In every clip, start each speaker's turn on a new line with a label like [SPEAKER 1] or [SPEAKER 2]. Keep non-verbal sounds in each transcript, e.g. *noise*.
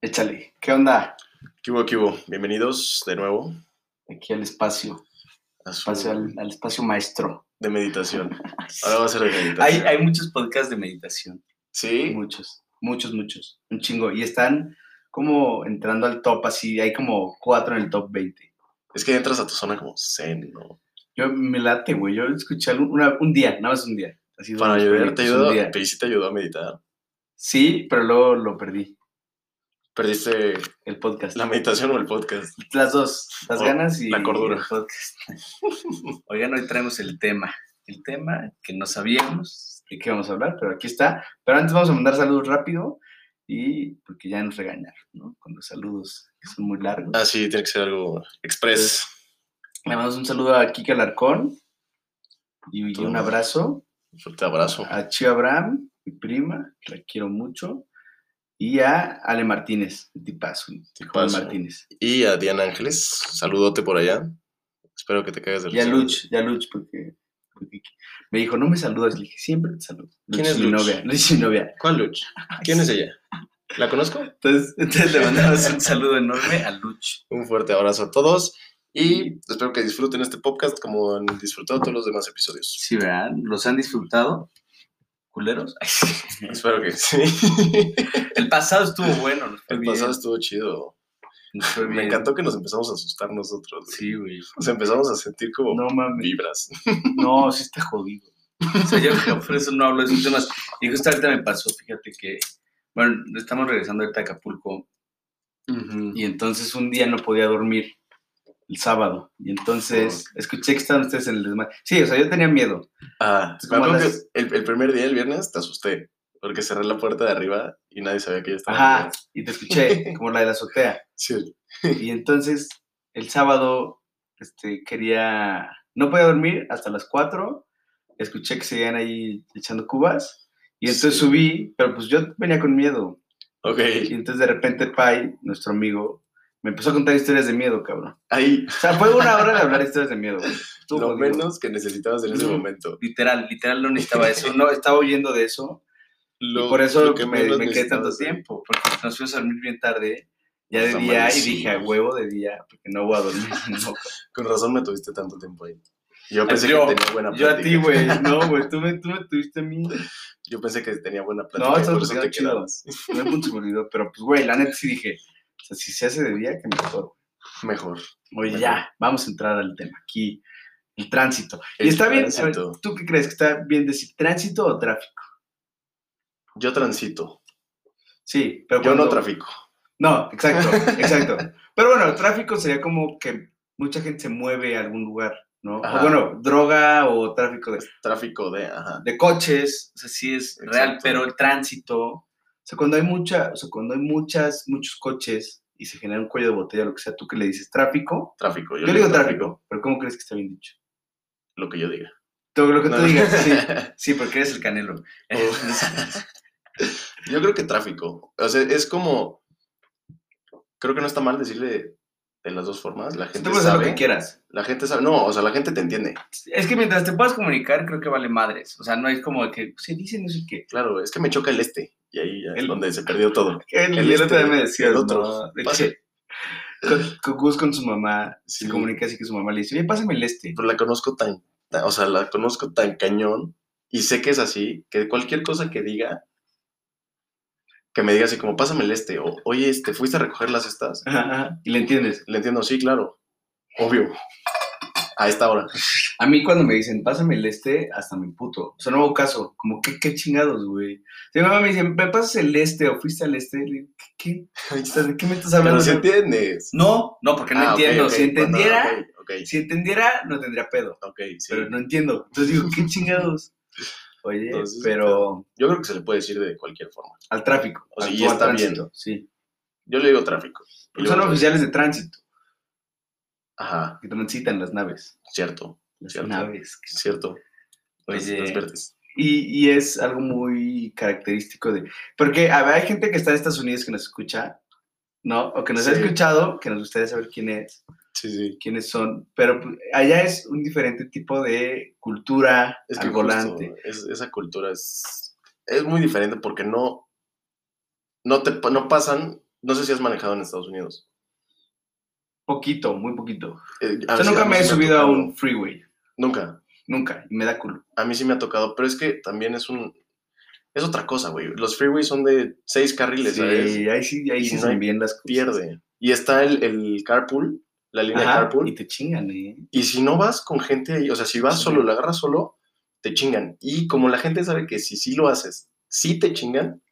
[SPEAKER 1] Échale. ¿Qué onda?
[SPEAKER 2] ¿Qué hubo, qué hubo? Bienvenidos de nuevo
[SPEAKER 1] Aquí al espacio,
[SPEAKER 2] a su
[SPEAKER 1] espacio al, al espacio maestro. *laughs*
[SPEAKER 2] de meditación. Ahora va a ser de
[SPEAKER 1] Hay,
[SPEAKER 2] meditación.
[SPEAKER 1] hay muchos podcasts de meditación.
[SPEAKER 2] Sí,
[SPEAKER 1] Muchos, muchos, muchos. Un chingo. Y están como entrando al top, así. Hay como cuatro en el top 20.
[SPEAKER 2] es que entras a tu zona como zen, ¿no?
[SPEAKER 1] Yo me late, güey. Yo escuché algún- una- un día, nada más un día. Así
[SPEAKER 2] Para
[SPEAKER 1] de los
[SPEAKER 2] ayudar,
[SPEAKER 1] proyectos,
[SPEAKER 2] te
[SPEAKER 1] pues, un
[SPEAKER 2] ayudó,
[SPEAKER 1] día.
[SPEAKER 2] te, sí te ayudó a meditar.
[SPEAKER 1] Sí, pero luego lo perdí.
[SPEAKER 2] Perdiste
[SPEAKER 1] El podcast.
[SPEAKER 2] la meditación o el podcast.
[SPEAKER 1] Las dos, las
[SPEAKER 2] O
[SPEAKER 1] ganas y
[SPEAKER 2] la cordura.
[SPEAKER 1] el podcast. Oh, *laughs* Oigan, hoy traemos el tema. El tema que no sabíamos de qué vamos a hablar, pero aquí está. Pero antes vamos a mandar saludos rápido y porque ya nos regañaron, ¿no? Con los saludos que son muy largos.
[SPEAKER 2] Ah, sí, tiene que ser algo express.
[SPEAKER 1] Le mandamos un saludo a Kika Alarcón y
[SPEAKER 2] Todo
[SPEAKER 1] un
[SPEAKER 2] bien.
[SPEAKER 1] abrazo
[SPEAKER 2] Un fuerte abrazo.
[SPEAKER 1] a Chio Abraham, mi prima, que la quiero mucho, y a Ale Martínez, el tipazo, el joven
[SPEAKER 2] Tipazo.
[SPEAKER 1] Martínez.
[SPEAKER 2] Y a Diana Ángeles, saludote por allá. Espero que te caigas de
[SPEAKER 1] Y a
[SPEAKER 2] risa.
[SPEAKER 1] Luch, y a Luch, porque, porque me dijo, no me saludas. Le dije, siempre te saludo.
[SPEAKER 2] ¿Quién es
[SPEAKER 1] mi
[SPEAKER 2] Luch?
[SPEAKER 1] novia, Luch es mi novia.
[SPEAKER 2] ¿Cuál Luch? ¿Quién es ella? ¿La conozco?
[SPEAKER 1] Entonces, entonces le mandamos *laughs* un saludo enorme a Luch.
[SPEAKER 2] Un fuerte abrazo a todos y espero que disfruten este podcast como han disfrutado todos los demás episodios.
[SPEAKER 1] Sí, ¿verdad? ¿Los han disfrutado? ¿Culeros? *laughs*
[SPEAKER 2] Espero que sí.
[SPEAKER 1] El pasado estuvo bueno. Nos fue
[SPEAKER 2] El
[SPEAKER 1] bien,
[SPEAKER 2] pasado estuvo chido.
[SPEAKER 1] nos fue
[SPEAKER 2] Me
[SPEAKER 1] bien.
[SPEAKER 2] encantó que nos empezamos a asustar nosotros. güey.
[SPEAKER 1] Sí, güey.
[SPEAKER 2] Nos empezamos a sentir como
[SPEAKER 1] No mames.
[SPEAKER 2] vibras.
[SPEAKER 1] No, sí está jodido. O sea, yo creo que por eso no hablo de esos temas. Y justo ahorita me pasó, fíjate que, bueno, estamos regresando ahorita a Acapulco Y entonces un día no podía dormir, el sábado. Y entonces escuché que estaban ustedes en el desmadre. Sí, o sea, yo tenía miedo.
[SPEAKER 2] Ah,
[SPEAKER 1] Es
[SPEAKER 2] me
[SPEAKER 1] como
[SPEAKER 2] acuerdo que
[SPEAKER 1] las-
[SPEAKER 2] el, el primer día, el viernes, te asusté porque cerré la puerta de arriba y nadie sabía que yo estaba.
[SPEAKER 1] Ajá,
[SPEAKER 2] arriba.
[SPEAKER 1] y te
[SPEAKER 2] *laughs*
[SPEAKER 1] escuché, como la de la azotea.
[SPEAKER 2] Sí.
[SPEAKER 1] Y entonces el sábado este, quería, no podía dormir hasta las 4. Escuché que seguían ahí echando cubas. Y entonces
[SPEAKER 2] Sí.
[SPEAKER 1] subí, pero pues yo venía con miedo.
[SPEAKER 2] Ok.
[SPEAKER 1] Y entonces de repente Pai, nuestro amigo, me empezó a contar historias de miedo, cabrón.
[SPEAKER 2] Ahí,
[SPEAKER 1] O sea, fue una hora de hablar historias de
[SPEAKER 2] *laughs*
[SPEAKER 1] miedo. güey. Estuvo
[SPEAKER 2] lo
[SPEAKER 1] jodido.
[SPEAKER 2] menos que necesitabas en ese
[SPEAKER 1] Ujú.
[SPEAKER 2] momento.
[SPEAKER 1] Literal, literal no necesitaba eso. No, estaba huyendo de eso.
[SPEAKER 2] Lo-
[SPEAKER 1] y por eso
[SPEAKER 2] lo
[SPEAKER 1] me- me,
[SPEAKER 2] menos
[SPEAKER 1] quedé tanto
[SPEAKER 2] necesitabas, güey.
[SPEAKER 1] tiempo. Porque nos fuimos a dormir bien tarde, ya de
[SPEAKER 2] Nos
[SPEAKER 1] día, y
[SPEAKER 2] amanecimos.
[SPEAKER 1] dije, a huevo de día, porque no voy a *laughs* dormir. no".
[SPEAKER 2] Con razón me tuviste tanto tiempo ahí. Yo pensé
[SPEAKER 1] Yo-
[SPEAKER 2] que tenía buena plática.
[SPEAKER 1] Yo a ti, güey. No, *laughs* güey, tú me, tú me tuviste a mí.
[SPEAKER 2] Yo pensé que tenía buena plática.
[SPEAKER 1] No,
[SPEAKER 2] y
[SPEAKER 1] eso
[SPEAKER 2] por
[SPEAKER 1] es
[SPEAKER 2] eso te
[SPEAKER 1] chido.
[SPEAKER 2] quedabas. *laughs*
[SPEAKER 1] No es mucho olvidó, pero pues, güey, la neta sí dije, o sea, si se hace de día, que mejor.
[SPEAKER 2] Mejor.
[SPEAKER 1] güey. Oye,
[SPEAKER 2] Mejor.
[SPEAKER 1] ya, vamos a entrar al tema aquí. El tránsito. Y
[SPEAKER 2] El
[SPEAKER 1] está bien, a ver,
[SPEAKER 2] tránsito.
[SPEAKER 1] ¿tú qué crees? ¿Que está bien decir tránsito o tráfico?
[SPEAKER 2] Yo transito.
[SPEAKER 1] Sí, pero
[SPEAKER 2] Yo no
[SPEAKER 1] cuando-
[SPEAKER 2] trafico.
[SPEAKER 1] No, exacto, exacto. Pero bueno, el tráfico sería como que mucha gente se mueve a algún lugar, ¿no? O
[SPEAKER 2] Ajá.
[SPEAKER 1] bueno, droga o tráfico de,
[SPEAKER 2] Tráfico de, ajá.
[SPEAKER 1] de coches, o sea, sí es real,
[SPEAKER 2] Exacto.
[SPEAKER 1] pero el tránsito, o sea, cuando hay mucha, o sea, cuando hay muchas, muchos coches y se genera un cuello de botella, lo que sea, tú que le dices tráfico,
[SPEAKER 2] Tráfico.
[SPEAKER 1] yo, le digo tráfico, pero ¿cómo crees que está bien dicho?
[SPEAKER 2] Lo que yo diga.
[SPEAKER 1] Todo lo que tú
[SPEAKER 2] No.
[SPEAKER 1] digas, sí. *laughs* Sí, porque eres el *laughs* canelo.
[SPEAKER 2] *laughs* yo creo que tráfico. O sea, es como. Creo que no está mal decirle de las dos formas. La
[SPEAKER 1] Tú
[SPEAKER 2] gente
[SPEAKER 1] puedes hacer lo que
[SPEAKER 2] sabe.
[SPEAKER 1] quieras.
[SPEAKER 2] La gente sabe. No, o sea, la gente te entiende.
[SPEAKER 1] Es que mientras te puedas comunicar, creo que vale madres. O sea, no es como que se dice no sé qué.
[SPEAKER 2] Claro, es que me choca el este. Y ahí ya es
[SPEAKER 1] El-
[SPEAKER 2] donde se perdió todo.
[SPEAKER 1] El,
[SPEAKER 2] El
[SPEAKER 1] el otro
[SPEAKER 2] este,
[SPEAKER 1] día me decía,
[SPEAKER 2] el otro,
[SPEAKER 1] ¿no? De
[SPEAKER 2] pase.
[SPEAKER 1] que con- con Gus con su mamá,
[SPEAKER 2] Sí.
[SPEAKER 1] se comunica así que su mamá le dice, oye, pásame el este.
[SPEAKER 2] pero la conozco tan, tan- o sea, la conozco tan cañón y sé que es así, que cualquier cosa que diga, que me diga así como, pásame el este, o oye, este, ¿fuiste a recoger las estas?
[SPEAKER 1] Y le entiendes.
[SPEAKER 2] Le entiendo, sí, claro, obvio, a esta
[SPEAKER 1] *laughs*
[SPEAKER 2] hora.
[SPEAKER 1] A mí cuando me dicen, pásame el este, hasta me puto. O sea, no hago caso. Como, ¿qué, qué chingados, güey? Si mi mamá me dice, ¿me pasas el este o fuiste al este? Le digo, ¿qué? qué? O sea, ¿De qué me estás hablando?
[SPEAKER 2] Pero si entiendes.
[SPEAKER 1] No, no, porque no
[SPEAKER 2] Ah, ok,
[SPEAKER 1] entiendo.
[SPEAKER 2] ok,
[SPEAKER 1] Si entendiera,
[SPEAKER 2] bueno, ok, ok,
[SPEAKER 1] si entendiera, no tendría pedo.
[SPEAKER 2] ok, sí.
[SPEAKER 1] Pero no entiendo. Entonces digo, ¿qué
[SPEAKER 2] *laughs*
[SPEAKER 1] chingados? Oye,
[SPEAKER 2] Entonces,
[SPEAKER 1] pero
[SPEAKER 2] Yo creo que se le puede decir de cualquier forma.
[SPEAKER 1] al tráfico.
[SPEAKER 2] O sea,
[SPEAKER 1] al-
[SPEAKER 2] y
[SPEAKER 1] al
[SPEAKER 2] está bien.
[SPEAKER 1] tránsito, Sí.
[SPEAKER 2] Yo le digo tráfico. y
[SPEAKER 1] Pues
[SPEAKER 2] luego
[SPEAKER 1] son
[SPEAKER 2] le-
[SPEAKER 1] oficiales de tránsito
[SPEAKER 2] Ajá,
[SPEAKER 1] que transitan las naves.
[SPEAKER 2] cierto,
[SPEAKER 1] Las
[SPEAKER 2] Cierto.
[SPEAKER 1] naves.
[SPEAKER 2] cierto. Las-
[SPEAKER 1] Oye.
[SPEAKER 2] las verdes.
[SPEAKER 1] Y, y es algo muy característico de. Porque a ver, hay gente que está en Estados Unidos que nos escucha, ¿no? O que nos ha
[SPEAKER 2] Sí.
[SPEAKER 1] escuchado, que nos gustaría saber quién es,
[SPEAKER 2] Sí, sí.
[SPEAKER 1] quiénes son. Pero pues, allá es un diferente tipo de cultura
[SPEAKER 2] Es que
[SPEAKER 1] al
[SPEAKER 2] justo,
[SPEAKER 1] volante.
[SPEAKER 2] es- esa cultura es, es muy diferente porque no, no, te, pa- no pasan No sé si has manejado en Estados Unidos.
[SPEAKER 1] Poquito, muy poquito.
[SPEAKER 2] Eh, a
[SPEAKER 1] O sea,
[SPEAKER 2] ver si-
[SPEAKER 1] nunca
[SPEAKER 2] mí
[SPEAKER 1] me he
[SPEAKER 2] sí ha
[SPEAKER 1] subido a
[SPEAKER 2] tocado.
[SPEAKER 1] un freeway.
[SPEAKER 2] Nunca.
[SPEAKER 1] Nunca. Y me da culo.
[SPEAKER 2] A mí sí me ha tocado, pero es que también es un... Es otra cosa, güey. Los freeways son de seis carriles, ¿sabes?
[SPEAKER 1] Sí, ahí sí, ahí
[SPEAKER 2] Y
[SPEAKER 1] sí
[SPEAKER 2] no
[SPEAKER 1] se
[SPEAKER 2] hay
[SPEAKER 1] bien las cosas.
[SPEAKER 2] Pierde. Y está el, el carpool, la línea
[SPEAKER 1] Ajá,
[SPEAKER 2] de carpool.
[SPEAKER 1] y te chingan, ¿eh?
[SPEAKER 2] Y si no vas con gente, ahí, o sea, si vas
[SPEAKER 1] Sí.
[SPEAKER 2] solo, lo agarras solo, te chingan. Y como la gente sabe que si sí lo haces, sí te chingan,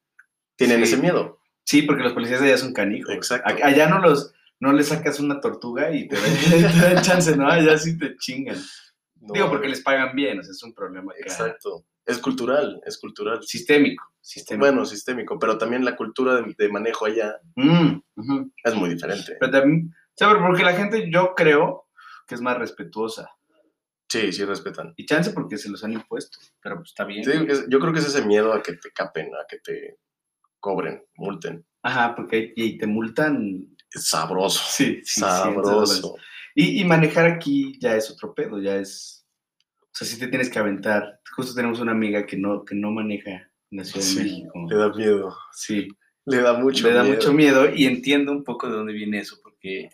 [SPEAKER 2] tienen
[SPEAKER 1] Sí.
[SPEAKER 2] ese miedo.
[SPEAKER 1] Sí, porque los policías de allá son canijos.
[SPEAKER 2] Exacto.
[SPEAKER 1] A- Allá no los... No le sacas una tortuga y te dan, *laughs* te dan chance, ¿no? Allá sí te chingan.
[SPEAKER 2] No,
[SPEAKER 1] Digo, porque les pagan bien, o sea, es un problema acá.
[SPEAKER 2] Exacto. Es cultural, es cultural.
[SPEAKER 1] Sistémico, sistémico.
[SPEAKER 2] Bueno, sistémico, pero también la cultura de, de manejo allá
[SPEAKER 1] Mm, ujú.
[SPEAKER 2] es muy diferente.
[SPEAKER 1] Pero también, ¿sabes? Porque la gente yo creo que es más respetuosa.
[SPEAKER 2] Sí, sí respetan.
[SPEAKER 1] Y chance porque se los han impuesto, pero pues está bien.
[SPEAKER 2] Te digo que es- yo creo que es ese miedo a que te capen, a que te cobren, multen.
[SPEAKER 1] Ajá, porque ahí- y te multan.
[SPEAKER 2] Es sabroso.
[SPEAKER 1] Sí, pues, sí, $100.
[SPEAKER 2] sabroso.
[SPEAKER 1] Y, y manejar aquí ya es otro pedo, ya es... O sea, sí te tienes que aventar. Justo tenemos una amiga que no, que no maneja en la Ciudad
[SPEAKER 2] Sí,
[SPEAKER 1] de México.
[SPEAKER 2] Le da miedo.
[SPEAKER 1] Sí,
[SPEAKER 2] Le da mucho
[SPEAKER 1] le da
[SPEAKER 2] miedo.
[SPEAKER 1] mucho miedo y entiendo un poco de dónde viene eso, porque...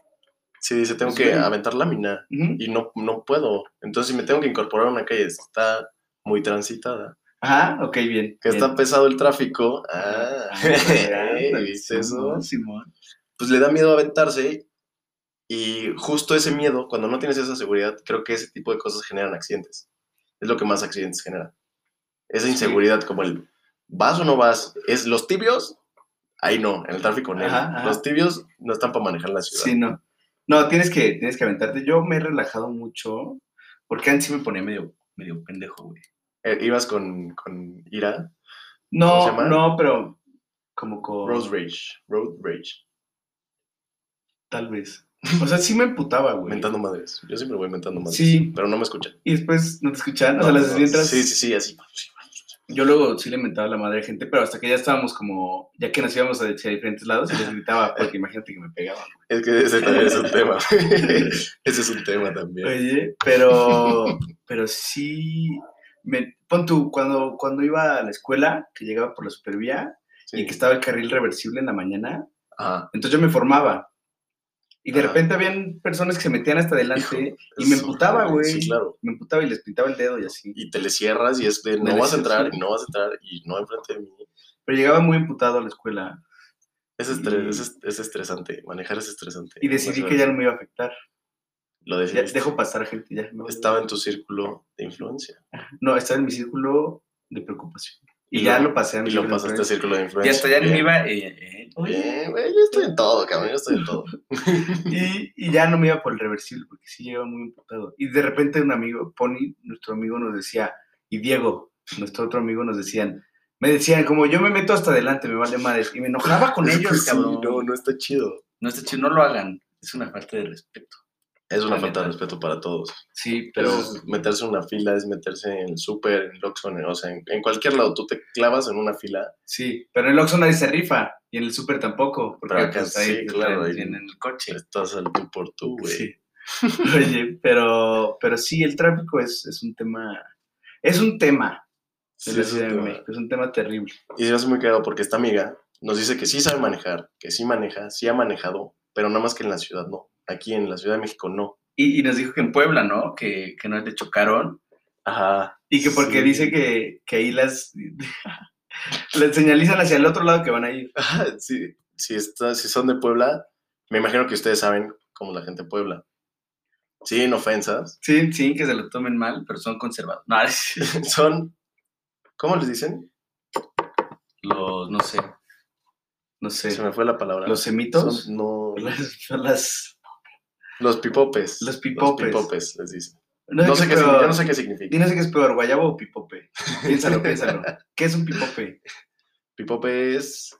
[SPEAKER 2] Sí, dice, tengo
[SPEAKER 1] Pues,
[SPEAKER 2] que
[SPEAKER 1] güey.
[SPEAKER 2] aventar lámina.
[SPEAKER 1] Ujú.
[SPEAKER 2] y no, no puedo. Entonces, si me tengo que incorporar a una calle que está muy transitada,
[SPEAKER 1] Ajá, ok, bien.
[SPEAKER 2] que está
[SPEAKER 1] bien.
[SPEAKER 2] pesado el tráfico, ah,
[SPEAKER 1] Ah,
[SPEAKER 2] *laughs*
[SPEAKER 1] ándale,
[SPEAKER 2] ¿viste eso?
[SPEAKER 1] Simón, Simón.
[SPEAKER 2] Pues le da miedo aventarse y justo ese miedo, cuando no tienes esa seguridad, creo que ese tipo de cosas generan accidentes. Es lo que más accidentes genera. Esa
[SPEAKER 1] Sí.
[SPEAKER 2] inseguridad como el, ¿vas o no vas? Es los tibios, ahí no, en el tráfico no.
[SPEAKER 1] Ajá, ajá.
[SPEAKER 2] Los tibios no están para manejar la ciudad.
[SPEAKER 1] Sí, no. No, tienes que, tienes que aventarte. Yo me he relajado mucho porque antes sí me ponía medio, medio pendejo, güey.
[SPEAKER 2] Eh, ibas con, con ira, se
[SPEAKER 1] No,
[SPEAKER 2] llama?
[SPEAKER 1] no, pero como con...
[SPEAKER 2] road rage, road rage.
[SPEAKER 1] Tal vez. O sea, sí me emputaba, güey.
[SPEAKER 2] Mentando madres. Yo siempre voy mentando madres.
[SPEAKER 1] Sí.
[SPEAKER 2] Pero no me escuchan.
[SPEAKER 1] Y después no te escuchaban, o sea,
[SPEAKER 2] No,
[SPEAKER 1] las
[SPEAKER 2] no,
[SPEAKER 1] mientras...
[SPEAKER 2] Sí, sí, sí, así.
[SPEAKER 1] Yo luego sí le inventaba la madre a gente, pero hasta que ya estábamos como... Ya que nos íbamos a, a diferentes lados y les gritaba, porque imagínate que me pegaban.
[SPEAKER 2] Es que ese también
[SPEAKER 1] *laughs*
[SPEAKER 2] es un tema. *laughs* ese es un tema también.
[SPEAKER 1] Oye, pero, *laughs* pero sí, me, pon tú, cuando, cuando iba a la escuela, que llegaba por la supervía
[SPEAKER 2] Sí.
[SPEAKER 1] y que estaba el carril reversible en la mañana,
[SPEAKER 2] Ajá.
[SPEAKER 1] entonces yo me formaba. Y de
[SPEAKER 2] Ajá.
[SPEAKER 1] repente habían personas que se metían hasta adelante y me
[SPEAKER 2] Es
[SPEAKER 1] emputaba,
[SPEAKER 2] horrible.
[SPEAKER 1] güey.
[SPEAKER 2] Sí, claro.
[SPEAKER 1] Me emputaba y les pintaba el dedo y así.
[SPEAKER 2] Y te le cierras y es de
[SPEAKER 1] Me
[SPEAKER 2] no
[SPEAKER 1] le
[SPEAKER 2] vas a
[SPEAKER 1] cierro,
[SPEAKER 2] entrar
[SPEAKER 1] sí.
[SPEAKER 2] y no vas a entrar y no enfrente de mí.
[SPEAKER 1] Pero llegaba muy emputado a la escuela
[SPEAKER 2] Es, estre-
[SPEAKER 1] Y-
[SPEAKER 2] es, est- es estresante. Manejar es estresante.
[SPEAKER 1] y decidí que ya no me iba a afectar.
[SPEAKER 2] Lo
[SPEAKER 1] Ya,
[SPEAKER 2] decidiste.
[SPEAKER 1] dejo pasar gente, ya. me vale.
[SPEAKER 2] Estaba en tu círculo de influencia.
[SPEAKER 1] No, estaba en mi círculo de preocupación. Y,
[SPEAKER 2] Y
[SPEAKER 1] ya
[SPEAKER 2] lo-
[SPEAKER 1] lo pasé a mi
[SPEAKER 2] Y lo
[SPEAKER 1] círculo de
[SPEAKER 2] pasaste
[SPEAKER 1] influencia.
[SPEAKER 2] al círculo de
[SPEAKER 1] Y
[SPEAKER 2] influencia.
[SPEAKER 1] hasta allá me
[SPEAKER 2] Bien.
[SPEAKER 1] iba... eh, eh, oye,
[SPEAKER 2] Bien, güey, yo estoy en todo, cabrón, yo estoy en todo.
[SPEAKER 1] Y, y ya no me iba por el reversible, porque sí llegaba muy imputado. Y de repente un amigo, Pony, nuestro amigo, nos decía, y Diego, nuestro otro amigo, nos decían, me decían, como yo me meto hasta adelante, me vale madres. Y me enojaba con
[SPEAKER 2] *laughs* Es que
[SPEAKER 1] ellos,
[SPEAKER 2] sí,
[SPEAKER 1] cabrón.
[SPEAKER 2] no, no está chido.
[SPEAKER 1] No está chido, no lo hagan. Es una falta de respeto.
[SPEAKER 2] Es una
[SPEAKER 1] La
[SPEAKER 2] falta de
[SPEAKER 1] neta.
[SPEAKER 2] respeto para todos.
[SPEAKER 1] Sí, pero.
[SPEAKER 2] Pero es meterse en una fila es meterse en el súper, en el Oxxo, en- o sea, en, en cualquier lado. Tú te clavas en una fila.
[SPEAKER 1] Sí, pero en el Oxxo nadie se rifa, y en el súper tampoco, porque
[SPEAKER 2] Pero acá
[SPEAKER 1] pues, ahí
[SPEAKER 2] sí,
[SPEAKER 1] te
[SPEAKER 2] claro,
[SPEAKER 1] traen
[SPEAKER 2] ahí-
[SPEAKER 1] bien en el coche.
[SPEAKER 2] Estás al tú por tú, güey.
[SPEAKER 1] Sí. *laughs* Oye, pero, pero sí, el tráfico es, es un tema. Es un tema de
[SPEAKER 2] Sí,
[SPEAKER 1] la
[SPEAKER 2] es un
[SPEAKER 1] Ciudad de
[SPEAKER 2] tema.
[SPEAKER 1] México, es un tema terrible.
[SPEAKER 2] Y se me hace muy cagado porque esta amiga nos dice que sí sabe manejar, que sí maneja, sí ha manejado, pero nada más que en la ciudad no. Aquí en la Ciudad de México no.
[SPEAKER 1] Y, y nos dijo que en Puebla, ¿no? Que, que no le chocaron.
[SPEAKER 2] Ajá.
[SPEAKER 1] Y que porque
[SPEAKER 2] Sí.
[SPEAKER 1] dice que, que ahí las, *laughs* las señalizan hacia el otro lado que van a ir.
[SPEAKER 2] Ajá, sí. Si, está, si son de Puebla, me imagino que ustedes saben cómo es la gente de Puebla. Sin ofensas. *laughs*
[SPEAKER 1] Sí, sí, que se lo tomen mal, pero son conservados. No, es- *laughs*
[SPEAKER 2] Son. ¿Cómo les dicen?
[SPEAKER 1] los, no sé. No sé.
[SPEAKER 2] Se me fue la palabra.
[SPEAKER 1] ¿Los semitos?
[SPEAKER 2] Son- no.
[SPEAKER 1] *laughs* Las, son las-
[SPEAKER 2] Los pipopes.
[SPEAKER 1] Los pipopes.
[SPEAKER 2] Los pipopes, les dicen.
[SPEAKER 1] no sé
[SPEAKER 2] No
[SPEAKER 1] qué
[SPEAKER 2] sé qué,
[SPEAKER 1] es
[SPEAKER 2] significa,
[SPEAKER 1] peor.
[SPEAKER 2] no sé qué significa.
[SPEAKER 1] Y no sé qué es peor, guayabo o
[SPEAKER 2] *laughs*
[SPEAKER 1] pipope. Piénsalo, piénsalo. ¿Qué es un pipope?
[SPEAKER 2] Pipope es.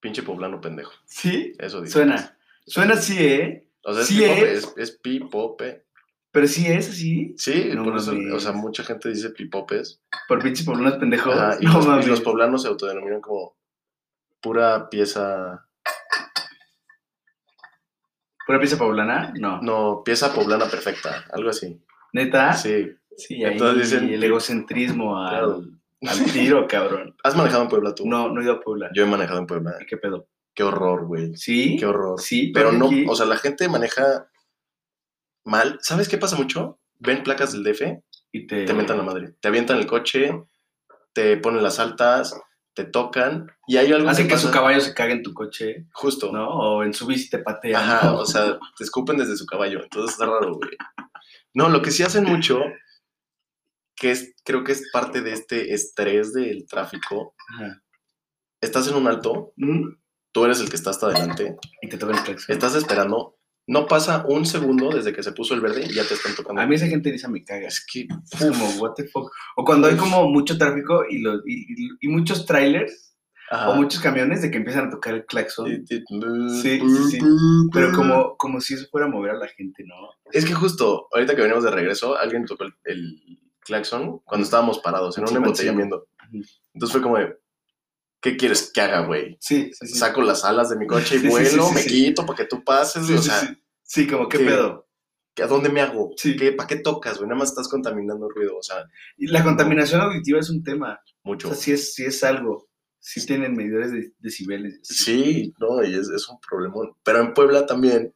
[SPEAKER 2] Pinche poblano pendejo.
[SPEAKER 1] ¿Sí?
[SPEAKER 2] Eso dice.
[SPEAKER 1] Suena. Suena así, ¿eh?
[SPEAKER 2] O sea, es
[SPEAKER 1] sí
[SPEAKER 2] pipope.
[SPEAKER 1] es.
[SPEAKER 2] Es, es pipope.
[SPEAKER 1] Pero sí es así.
[SPEAKER 2] Sí,
[SPEAKER 1] No
[SPEAKER 2] por eso.
[SPEAKER 1] mames.
[SPEAKER 2] O sea, mucha gente dice pipopes.
[SPEAKER 1] Por pinches poblanos pendejos.
[SPEAKER 2] Ajá, y,
[SPEAKER 1] no
[SPEAKER 2] los, y
[SPEAKER 1] mames.
[SPEAKER 2] los poblanos se autodenominan como pura pieza.
[SPEAKER 1] ¿Pura pizza poblana? No.
[SPEAKER 2] No, pieza poblana perfecta. Algo así.
[SPEAKER 1] ¿Neta?
[SPEAKER 2] Sí.
[SPEAKER 1] Sí,
[SPEAKER 2] Entonces
[SPEAKER 1] ahí
[SPEAKER 2] dicen-
[SPEAKER 1] el egocentrismo al,
[SPEAKER 2] Claro.
[SPEAKER 1] Al
[SPEAKER 2] *laughs*
[SPEAKER 1] tiro, cabrón.
[SPEAKER 2] ¿Has manejado en Puebla tú?
[SPEAKER 1] No, no he ido a Puebla.
[SPEAKER 2] Yo he manejado en Puebla.
[SPEAKER 1] ¿Qué pedo?
[SPEAKER 2] Qué horror, güey.
[SPEAKER 1] Sí.
[SPEAKER 2] Qué horror.
[SPEAKER 1] Sí,
[SPEAKER 2] Pero no,
[SPEAKER 1] aquí-
[SPEAKER 2] o sea, la gente maneja mal. ¿Sabes qué pasa mucho? Ven placas del DF,
[SPEAKER 1] y te,
[SPEAKER 2] te mentan la madre. Te avientan el coche, te ponen las altas, te tocan. Y hay algo
[SPEAKER 1] Hace que
[SPEAKER 2] pasa-
[SPEAKER 1] su caballo se cague en tu coche,
[SPEAKER 2] Justo.
[SPEAKER 1] ¿no? O en su bici te patea.
[SPEAKER 2] Ajá, o sea, te escupen desde su caballo, entonces está raro, güey. No, lo que sí hacen mucho, que es, creo que es parte de este estrés del tráfico,
[SPEAKER 1] Ajá.
[SPEAKER 2] estás en un alto,
[SPEAKER 1] Mm,
[SPEAKER 2] tú eres el que está hasta adelante,
[SPEAKER 1] Y te toca el claxon.
[SPEAKER 2] estás esperando, no pasa un segundo desde que se puso el verde y ya te están tocando.
[SPEAKER 1] A mí esa gente lisa me caga.
[SPEAKER 2] es que,
[SPEAKER 1] Es como, what the fuck. O cuando hay como mucho tráfico y, los, y, y- y muchos trailers
[SPEAKER 2] ajá,
[SPEAKER 1] o muchos camiones de que empiezan a tocar el claxon.
[SPEAKER 2] y- y-
[SPEAKER 1] Sí, sí, sí.
[SPEAKER 2] *laughs*
[SPEAKER 1] Pero como, como si eso fuera a mover a la gente, ¿no?
[SPEAKER 2] Es que justo, ahorita que venimos de regreso, alguien tocó el, el claxon cuando estábamos parados en un
[SPEAKER 1] Sí,
[SPEAKER 2] embotellamiento.
[SPEAKER 1] Ujú.
[SPEAKER 2] Entonces fue como de, ¿qué quieres que haga, güey?
[SPEAKER 1] Sí, sí, sí.
[SPEAKER 2] Saco las alas de mi coche y
[SPEAKER 1] Sí, sí,
[SPEAKER 2] vuelo,
[SPEAKER 1] sí, sí,
[SPEAKER 2] me
[SPEAKER 1] sí.
[SPEAKER 2] quito para que tú pases,
[SPEAKER 1] Sí,
[SPEAKER 2] o
[SPEAKER 1] sí,
[SPEAKER 2] sea,
[SPEAKER 1] sí. Sí, como, ¿qué
[SPEAKER 2] que-
[SPEAKER 1] pedo?
[SPEAKER 2] ¿a dónde me hago?
[SPEAKER 1] Sí.
[SPEAKER 2] ¿Qué, ¿Para qué tocas, güey? Nada más estás contaminando ruido, o sea,
[SPEAKER 1] Y la contaminación auditiva es un tema.
[SPEAKER 2] mucho.
[SPEAKER 1] O sea, sí es, sí es algo. Sí tienen medidores de decibeles.
[SPEAKER 2] Sí, no, y es, es un problemón. Pero en Puebla también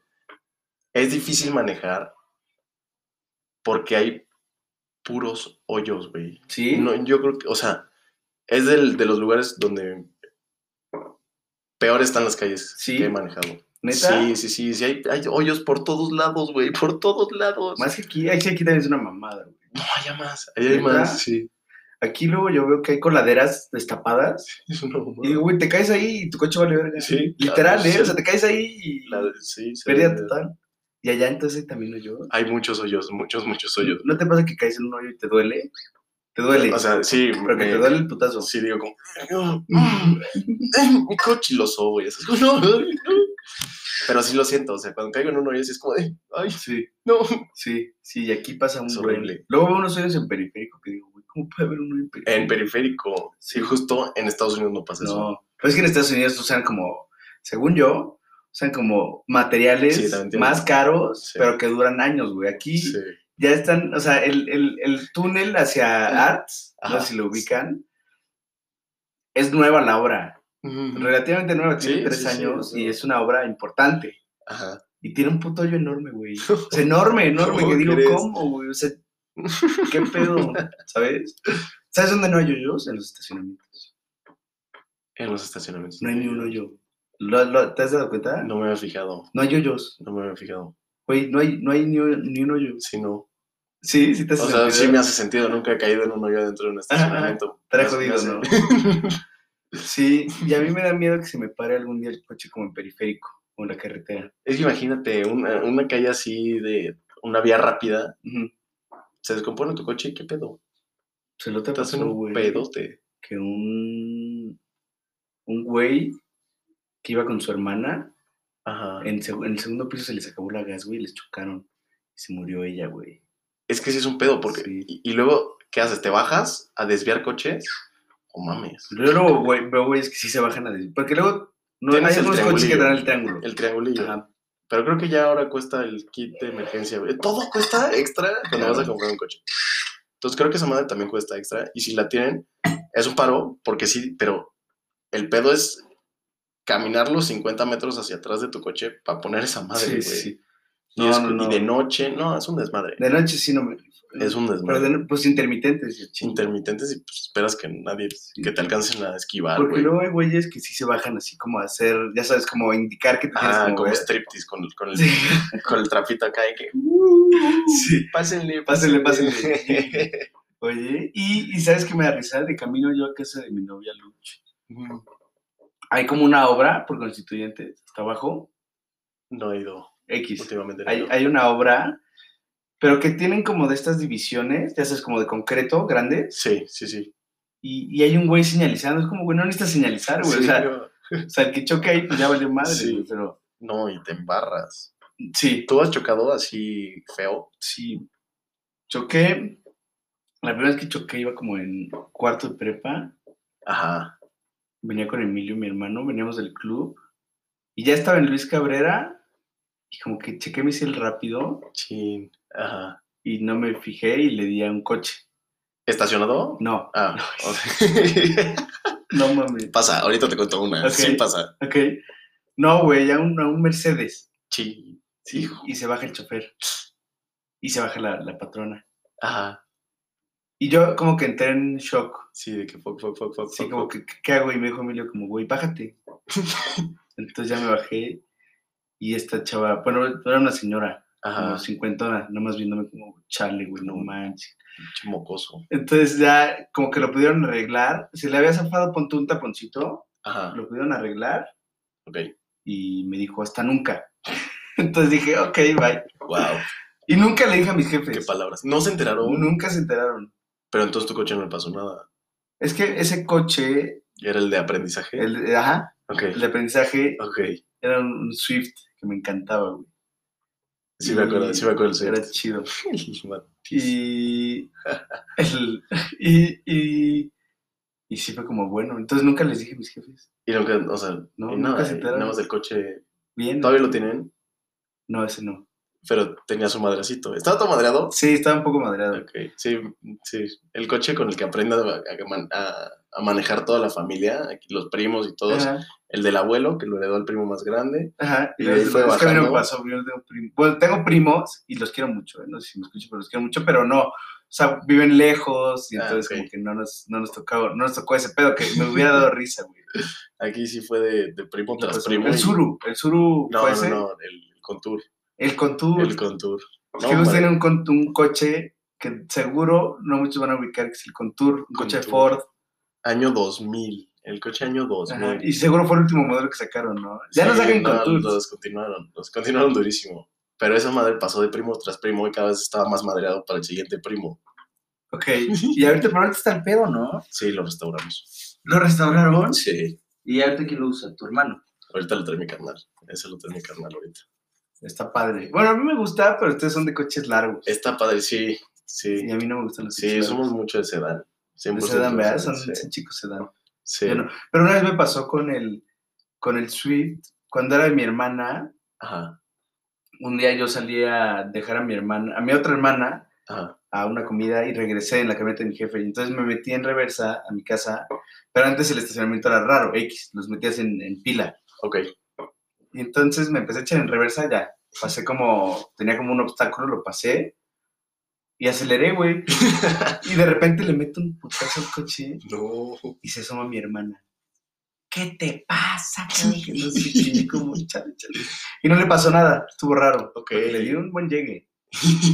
[SPEAKER 2] es difícil manejar porque hay puros hoyos, güey.
[SPEAKER 1] Sí.
[SPEAKER 2] No, yo creo que, o sea, es del, de los lugares donde peor están las calles
[SPEAKER 1] Sí.
[SPEAKER 2] que he manejado.
[SPEAKER 1] ¿Neta?
[SPEAKER 2] Sí, sí, sí, sí, hay, hay hoyos por todos lados, güey, por todos lados.
[SPEAKER 1] Más que aquí, ay, sí, aquí también es una mamada, güey.
[SPEAKER 2] No, hay más, ahí hay
[SPEAKER 1] ¿Neta?
[SPEAKER 2] más, sí.
[SPEAKER 1] Aquí luego yo veo que hay coladeras destapadas.
[SPEAKER 2] Es una
[SPEAKER 1] Y digo,
[SPEAKER 2] mamada.
[SPEAKER 1] güey, te caes ahí y tu coche vale verga.
[SPEAKER 2] Sí,
[SPEAKER 1] Literal,
[SPEAKER 2] claro,
[SPEAKER 1] ¿eh?
[SPEAKER 2] sí.
[SPEAKER 1] O sea, te caes ahí y
[SPEAKER 2] La- sí, sí,
[SPEAKER 1] pérdida
[SPEAKER 2] sí.
[SPEAKER 1] total. Y allá entonces también lo yo.
[SPEAKER 2] Hay muchos hoyos, muchos, muchos hoyos.
[SPEAKER 1] ¿No te pasa que caes en un hoyo y te duele? Te duele.
[SPEAKER 2] O sea, sí,
[SPEAKER 1] pero que
[SPEAKER 2] me-
[SPEAKER 1] te duele el putazo.
[SPEAKER 2] sí digo como, "Mm, mm, mi coche y los hoyos. No, no, no. Pero sí lo siento, o sea, cuando caigo en un hoyo sí es como de, ay,
[SPEAKER 1] *laughs* Sí,
[SPEAKER 2] no.
[SPEAKER 1] sí, sí. Y aquí pasa un
[SPEAKER 2] Es
[SPEAKER 1] buen.
[SPEAKER 2] horrible.
[SPEAKER 1] Luego veo unos hoyos en periférico que digo, güey, ¿cómo puede haber un hoyo en periférico?
[SPEAKER 2] En periférico. Sí, justo en Estados Unidos no pasa eso.
[SPEAKER 1] No, pero es que en Estados Unidos usan como, según yo, usan como materiales
[SPEAKER 2] Sí, también tienen-
[SPEAKER 1] más caros,
[SPEAKER 2] Sí.
[SPEAKER 1] pero que duran años, güey. Aquí
[SPEAKER 2] Sí.
[SPEAKER 1] ya están, o sea, el, el- el túnel hacia Arts, no
[SPEAKER 2] Ajá.
[SPEAKER 1] sé si lo ubican, es nueva la obra, relativamente nueva, tiene
[SPEAKER 2] Sí,
[SPEAKER 1] tres
[SPEAKER 2] sí, sí,
[SPEAKER 1] años
[SPEAKER 2] es
[SPEAKER 1] y
[SPEAKER 2] nueva.
[SPEAKER 1] es una obra importante.
[SPEAKER 2] Ajá.
[SPEAKER 1] Y tiene un puto hoyo enorme,
[SPEAKER 2] *laughs*
[SPEAKER 1] güey. O sea, enorme, enorme,
[SPEAKER 2] ¿Cómo
[SPEAKER 1] que digo,
[SPEAKER 2] crees?
[SPEAKER 1] ¿cómo, güey? O sea, ¿qué pedo? ¿Sabes? ¿Sabes dónde no hay hoyos? En los estacionamientos.
[SPEAKER 2] En los estacionamientos.
[SPEAKER 1] No hay ni un hoyo. ¿Lo- lo- te has dado cuenta?
[SPEAKER 2] No me había fijado.
[SPEAKER 1] No hay hoyos.
[SPEAKER 2] No me había fijado.
[SPEAKER 1] Güey, no hay, no hay ni, un- ni un hoyo.
[SPEAKER 2] Sí, no.
[SPEAKER 1] Sí, sí te has
[SPEAKER 2] O sea,
[SPEAKER 1] sentido.
[SPEAKER 2] sí me hace sentido. Nunca he caído en un hoyo dentro de un estacionamiento.
[SPEAKER 1] Estará
[SPEAKER 2] Me hace- me
[SPEAKER 1] jodido, ¿no?
[SPEAKER 2] hace-
[SPEAKER 1] Sí, y a mí me da miedo que se me pare algún día el coche como en periférico o en la carretera.
[SPEAKER 2] Es que imagínate, una, una calle así de una vía rápida.
[SPEAKER 1] Ujú.
[SPEAKER 2] Se descompone tu coche y qué pedo.
[SPEAKER 1] Se lo te
[SPEAKER 2] Estás
[SPEAKER 1] pasó,
[SPEAKER 2] en un
[SPEAKER 1] güey.
[SPEAKER 2] pedote.
[SPEAKER 1] Que un. Un güey que iba con su hermana,
[SPEAKER 2] Ajá.
[SPEAKER 1] en, seg- en el segundo piso se les acabó la gas, güey, y les chocaron. Y se murió ella, güey.
[SPEAKER 2] Es que sí es un pedo, porque.
[SPEAKER 1] Sí.
[SPEAKER 2] Y, y luego, ¿qué haces? ¿Te bajas a desviar coches? O mames.
[SPEAKER 1] Yo luego, güey, veo, güey, es que sí se bajan a decir. Porque luego no hay
[SPEAKER 2] Tienes el
[SPEAKER 1] algunos coches que
[SPEAKER 2] triangulillo.
[SPEAKER 1] dan el triángulo.
[SPEAKER 2] El triangulillo.
[SPEAKER 1] Ajá.
[SPEAKER 2] Pero creo que ya ahora cuesta el kit de emergencia. güey. Todo cuesta extra cuando vas a
[SPEAKER 1] Claro.
[SPEAKER 2] comprar un coche. Entonces creo que esa madre también cuesta extra. Y si la tienen, es un paro, porque sí, pero el pedo es caminar los 50 metros hacia atrás de tu coche para poner esa madre, güey.
[SPEAKER 1] sí, sí, sí.
[SPEAKER 2] Y,
[SPEAKER 1] No,
[SPEAKER 2] es-
[SPEAKER 1] no,
[SPEAKER 2] y
[SPEAKER 1] no.
[SPEAKER 2] de noche, no, es un desmadre.
[SPEAKER 1] De noche sí no me.
[SPEAKER 2] Es un
[SPEAKER 1] Pero de
[SPEAKER 2] desmadre.
[SPEAKER 1] no- pues intermitentes. y ching-
[SPEAKER 2] Intermitentes y pues, esperas que nadie, que te alcancen a esquivar,
[SPEAKER 1] Porque
[SPEAKER 2] Ah, güey.
[SPEAKER 1] luego hay güeyes que sí se bajan así como a hacer, ya sabes, como a indicar que te tienes
[SPEAKER 2] Ah,
[SPEAKER 1] que
[SPEAKER 2] como *laughs*
[SPEAKER 1] mover.
[SPEAKER 2] striptease con, el- con, el,
[SPEAKER 1] ¿eh? Sí.
[SPEAKER 2] con el trapito acá
[SPEAKER 1] *laughs*
[SPEAKER 2] y que... "Uh,
[SPEAKER 1] Sí.
[SPEAKER 2] Pásenle,
[SPEAKER 1] Pásenle, pásenle. Oye, y, y sabes que me da risa, de camino yo a casa de mi novia Luch.
[SPEAKER 2] *laughs*
[SPEAKER 1] Hay como una obra por constituyentes, hasta abajo,
[SPEAKER 2] no he ido
[SPEAKER 1] X.
[SPEAKER 2] últimamente. no he
[SPEAKER 1] Hay,
[SPEAKER 2] ido.
[SPEAKER 1] hay una obra, pero que tienen como de estas divisiones, ya sabes, como de concreto, grandes,
[SPEAKER 2] Sí, sí, sí.
[SPEAKER 1] y, y hay un güey señalizando. Es como, güey, no necesitas señalizar, güey. o
[SPEAKER 2] Sí,
[SPEAKER 1] sea,
[SPEAKER 2] yo-
[SPEAKER 1] O sea, el que choque ahí, pues ya valió madre,
[SPEAKER 2] Sí.
[SPEAKER 1] güey, pero
[SPEAKER 2] No, y te embarras.
[SPEAKER 1] sí,
[SPEAKER 2] ¿Tú has chocado así feo?
[SPEAKER 1] sí. Choqué, la primera vez que choqué iba como en cuarto de prepa,
[SPEAKER 2] Ajá.
[SPEAKER 1] venía con Emilio, mi hermano, veníamos del club, y ya estaba en Luis Cabrera, y como que chequé mi cel rápido,
[SPEAKER 2] Chin. Ajá.
[SPEAKER 1] y no me fijé y le di a un coche.
[SPEAKER 2] ¿Estacionado?
[SPEAKER 1] No.
[SPEAKER 2] Ah, o *laughs* sea,
[SPEAKER 1] No mames.
[SPEAKER 2] pasa, ahorita te cuento una.
[SPEAKER 1] Ok.
[SPEAKER 2] Sí pasa.
[SPEAKER 1] Ok. No, güey, a un, a un Mercedes.
[SPEAKER 2] Sí.
[SPEAKER 1] Y-
[SPEAKER 2] Hijo.
[SPEAKER 1] Y se baja el chofer. Y se baja la, la patrona.
[SPEAKER 2] Ajá.
[SPEAKER 1] Y yo como que entré en shock.
[SPEAKER 2] Sí, de que fuck, fuck, fuck, fuck.
[SPEAKER 1] Así
[SPEAKER 2] fuck,
[SPEAKER 1] como
[SPEAKER 2] fuck.
[SPEAKER 1] que, ¿qué- ¿qué hago? Y me dijo Emilio como, güey,
[SPEAKER 2] *laughs*
[SPEAKER 1] bájate. Entonces ya me bajé. Y esta chava, bueno, era una señora, como
[SPEAKER 2] Ajá.
[SPEAKER 1] cincuentona, nada más viéndome como, chale, güey, no manches.
[SPEAKER 2] Pinche mocoso.
[SPEAKER 1] Entonces ya como que lo pudieron arreglar. Se le había zafado, ponte un taponcito,
[SPEAKER 2] Ajá.
[SPEAKER 1] lo pudieron arreglar
[SPEAKER 2] Ok.
[SPEAKER 1] y me dijo hasta nunca. *laughs* Entonces dije, ok, bye.
[SPEAKER 2] Wow.
[SPEAKER 1] Y nunca le dije a mis
[SPEAKER 2] Qué
[SPEAKER 1] jefes.
[SPEAKER 2] palabras. No se enteraron,
[SPEAKER 1] Nunca se enteraron.
[SPEAKER 2] pero entonces tu coche no le pasó nada.
[SPEAKER 1] Es que ese coche,
[SPEAKER 2] Era el de aprendizaje.
[SPEAKER 1] el, ajá,
[SPEAKER 2] Ok.
[SPEAKER 1] el de aprendizaje,
[SPEAKER 2] Ok.
[SPEAKER 1] era un, un Swift que me encantaba, güey.
[SPEAKER 2] Sí me acuerdo, sí me acuerdo el
[SPEAKER 1] Era chido.
[SPEAKER 2] suyo.
[SPEAKER 1] Y, *laughs* el- y, y, y sí fue como bueno. Entonces nunca les dije a mis jefes.
[SPEAKER 2] Y nunca, o sea,
[SPEAKER 1] No,
[SPEAKER 2] y
[SPEAKER 1] nunca
[SPEAKER 2] nada,
[SPEAKER 1] se
[SPEAKER 2] y
[SPEAKER 1] enteraron.
[SPEAKER 2] nada más del coche.
[SPEAKER 1] Bien.
[SPEAKER 2] Todavía lo tienen,
[SPEAKER 1] No, ese no.
[SPEAKER 2] pero tenía su madrecito. ¿Estaba todo madreado?
[SPEAKER 1] Sí, estaba un poco madreado.
[SPEAKER 2] Ok, sí, sí. El coche con el que aprende a, a man- a- a manejar toda la familia, aquí los primos y todos.
[SPEAKER 1] Ajá,
[SPEAKER 2] El del abuelo, que lo heredó al primo más grande.
[SPEAKER 1] ajá.
[SPEAKER 2] Y
[SPEAKER 1] Y
[SPEAKER 2] de ahí fue
[SPEAKER 1] es que a mí no me
[SPEAKER 2] bajando.
[SPEAKER 1] pasó. yo tengo prim- bueno, tengo primos y los quiero mucho. eh, No sé si me escuchan, pero los quiero mucho, pero no. O sea, viven lejos y
[SPEAKER 2] Ah,
[SPEAKER 1] entonces
[SPEAKER 2] ok.
[SPEAKER 1] como que no nos, no nos tocó, no nos tocó ese pedo que me hubiera dado risa,
[SPEAKER 2] *laughs*
[SPEAKER 1] güey.
[SPEAKER 2] Aquí sí fue de, de primo tras
[SPEAKER 1] Pues,
[SPEAKER 2] primo.
[SPEAKER 1] el
[SPEAKER 2] y-
[SPEAKER 1] Suru, el Suru
[SPEAKER 2] No,
[SPEAKER 1] fue
[SPEAKER 2] no,
[SPEAKER 1] ese.
[SPEAKER 2] no, el Contour.
[SPEAKER 1] El Contour.
[SPEAKER 2] El Contour.
[SPEAKER 1] Es
[SPEAKER 2] No,
[SPEAKER 1] pues, que ellos
[SPEAKER 2] madre.
[SPEAKER 1] tienen un, con- un coche que seguro no muchos van a ubicar, que es el Contour, un coche de
[SPEAKER 2] Contour.
[SPEAKER 1] Ford.
[SPEAKER 2] Año 2000. El coche año 2000.
[SPEAKER 1] Ajá, Y seguro fue el último modelo que sacaron, ¿no? Ya no
[SPEAKER 2] Sí,
[SPEAKER 1] sacan
[SPEAKER 2] no,
[SPEAKER 1] Contour.
[SPEAKER 2] Los continuaron, los continuaron durísimo. Pero esa madre pasó de primo tras primo y cada vez estaba más madreado para el siguiente primo.
[SPEAKER 1] Ok, y ahorita, pero ahorita está el pedo,
[SPEAKER 2] *laughs*
[SPEAKER 1] ¿no?
[SPEAKER 2] Sí, lo restauramos.
[SPEAKER 1] Lo restauraron
[SPEAKER 2] Sí.
[SPEAKER 1] y ahorita que lo usa tu hermano.
[SPEAKER 2] Ahorita lo trae mi carnal. Ese lo trae mi carnal ahorita.
[SPEAKER 1] Está padre. Bueno, a mí me gusta, pero ustedes son de coches largos.
[SPEAKER 2] Está padre, sí. Sí.
[SPEAKER 1] Y a mí no me gustan los
[SPEAKER 2] Sí,
[SPEAKER 1] coches
[SPEAKER 2] somos mucho de sedán.
[SPEAKER 1] largos.
[SPEAKER 2] 100%
[SPEAKER 1] De sedán,
[SPEAKER 2] de
[SPEAKER 1] ¿verdad?
[SPEAKER 2] sedán,
[SPEAKER 1] Son,
[SPEAKER 2] sí.
[SPEAKER 1] son chicos sedán.
[SPEAKER 2] Sí.
[SPEAKER 1] Yo no. Pero una vez me pasó con el, con el Swift, cuando era de mi hermana,
[SPEAKER 2] Ajá.
[SPEAKER 1] un día yo salí a dejar a mi hermana, a mi otra hermana,
[SPEAKER 2] Ajá.
[SPEAKER 1] a una comida y regresé en la camioneta de mi jefe. Y entonces me metí en reversa a mi casa, pero antes el estacionamiento era raro, X, los metías en, en pila.
[SPEAKER 2] Ok.
[SPEAKER 1] Y entonces me empecé a echar en reversa ya. Pasé como, tenía como un obstáculo, lo pasé y aceleré, güey.
[SPEAKER 2] *laughs*
[SPEAKER 1] y de repente le meto un putazo al coche
[SPEAKER 2] No.
[SPEAKER 1] y se asoma mi hermana. ¿Qué te pasa? cabrón? Que no sé qué, y yo como, chale, chale. Y no le pasó nada, estuvo raro.
[SPEAKER 2] Ok.
[SPEAKER 1] porque Le dio un buen llegue.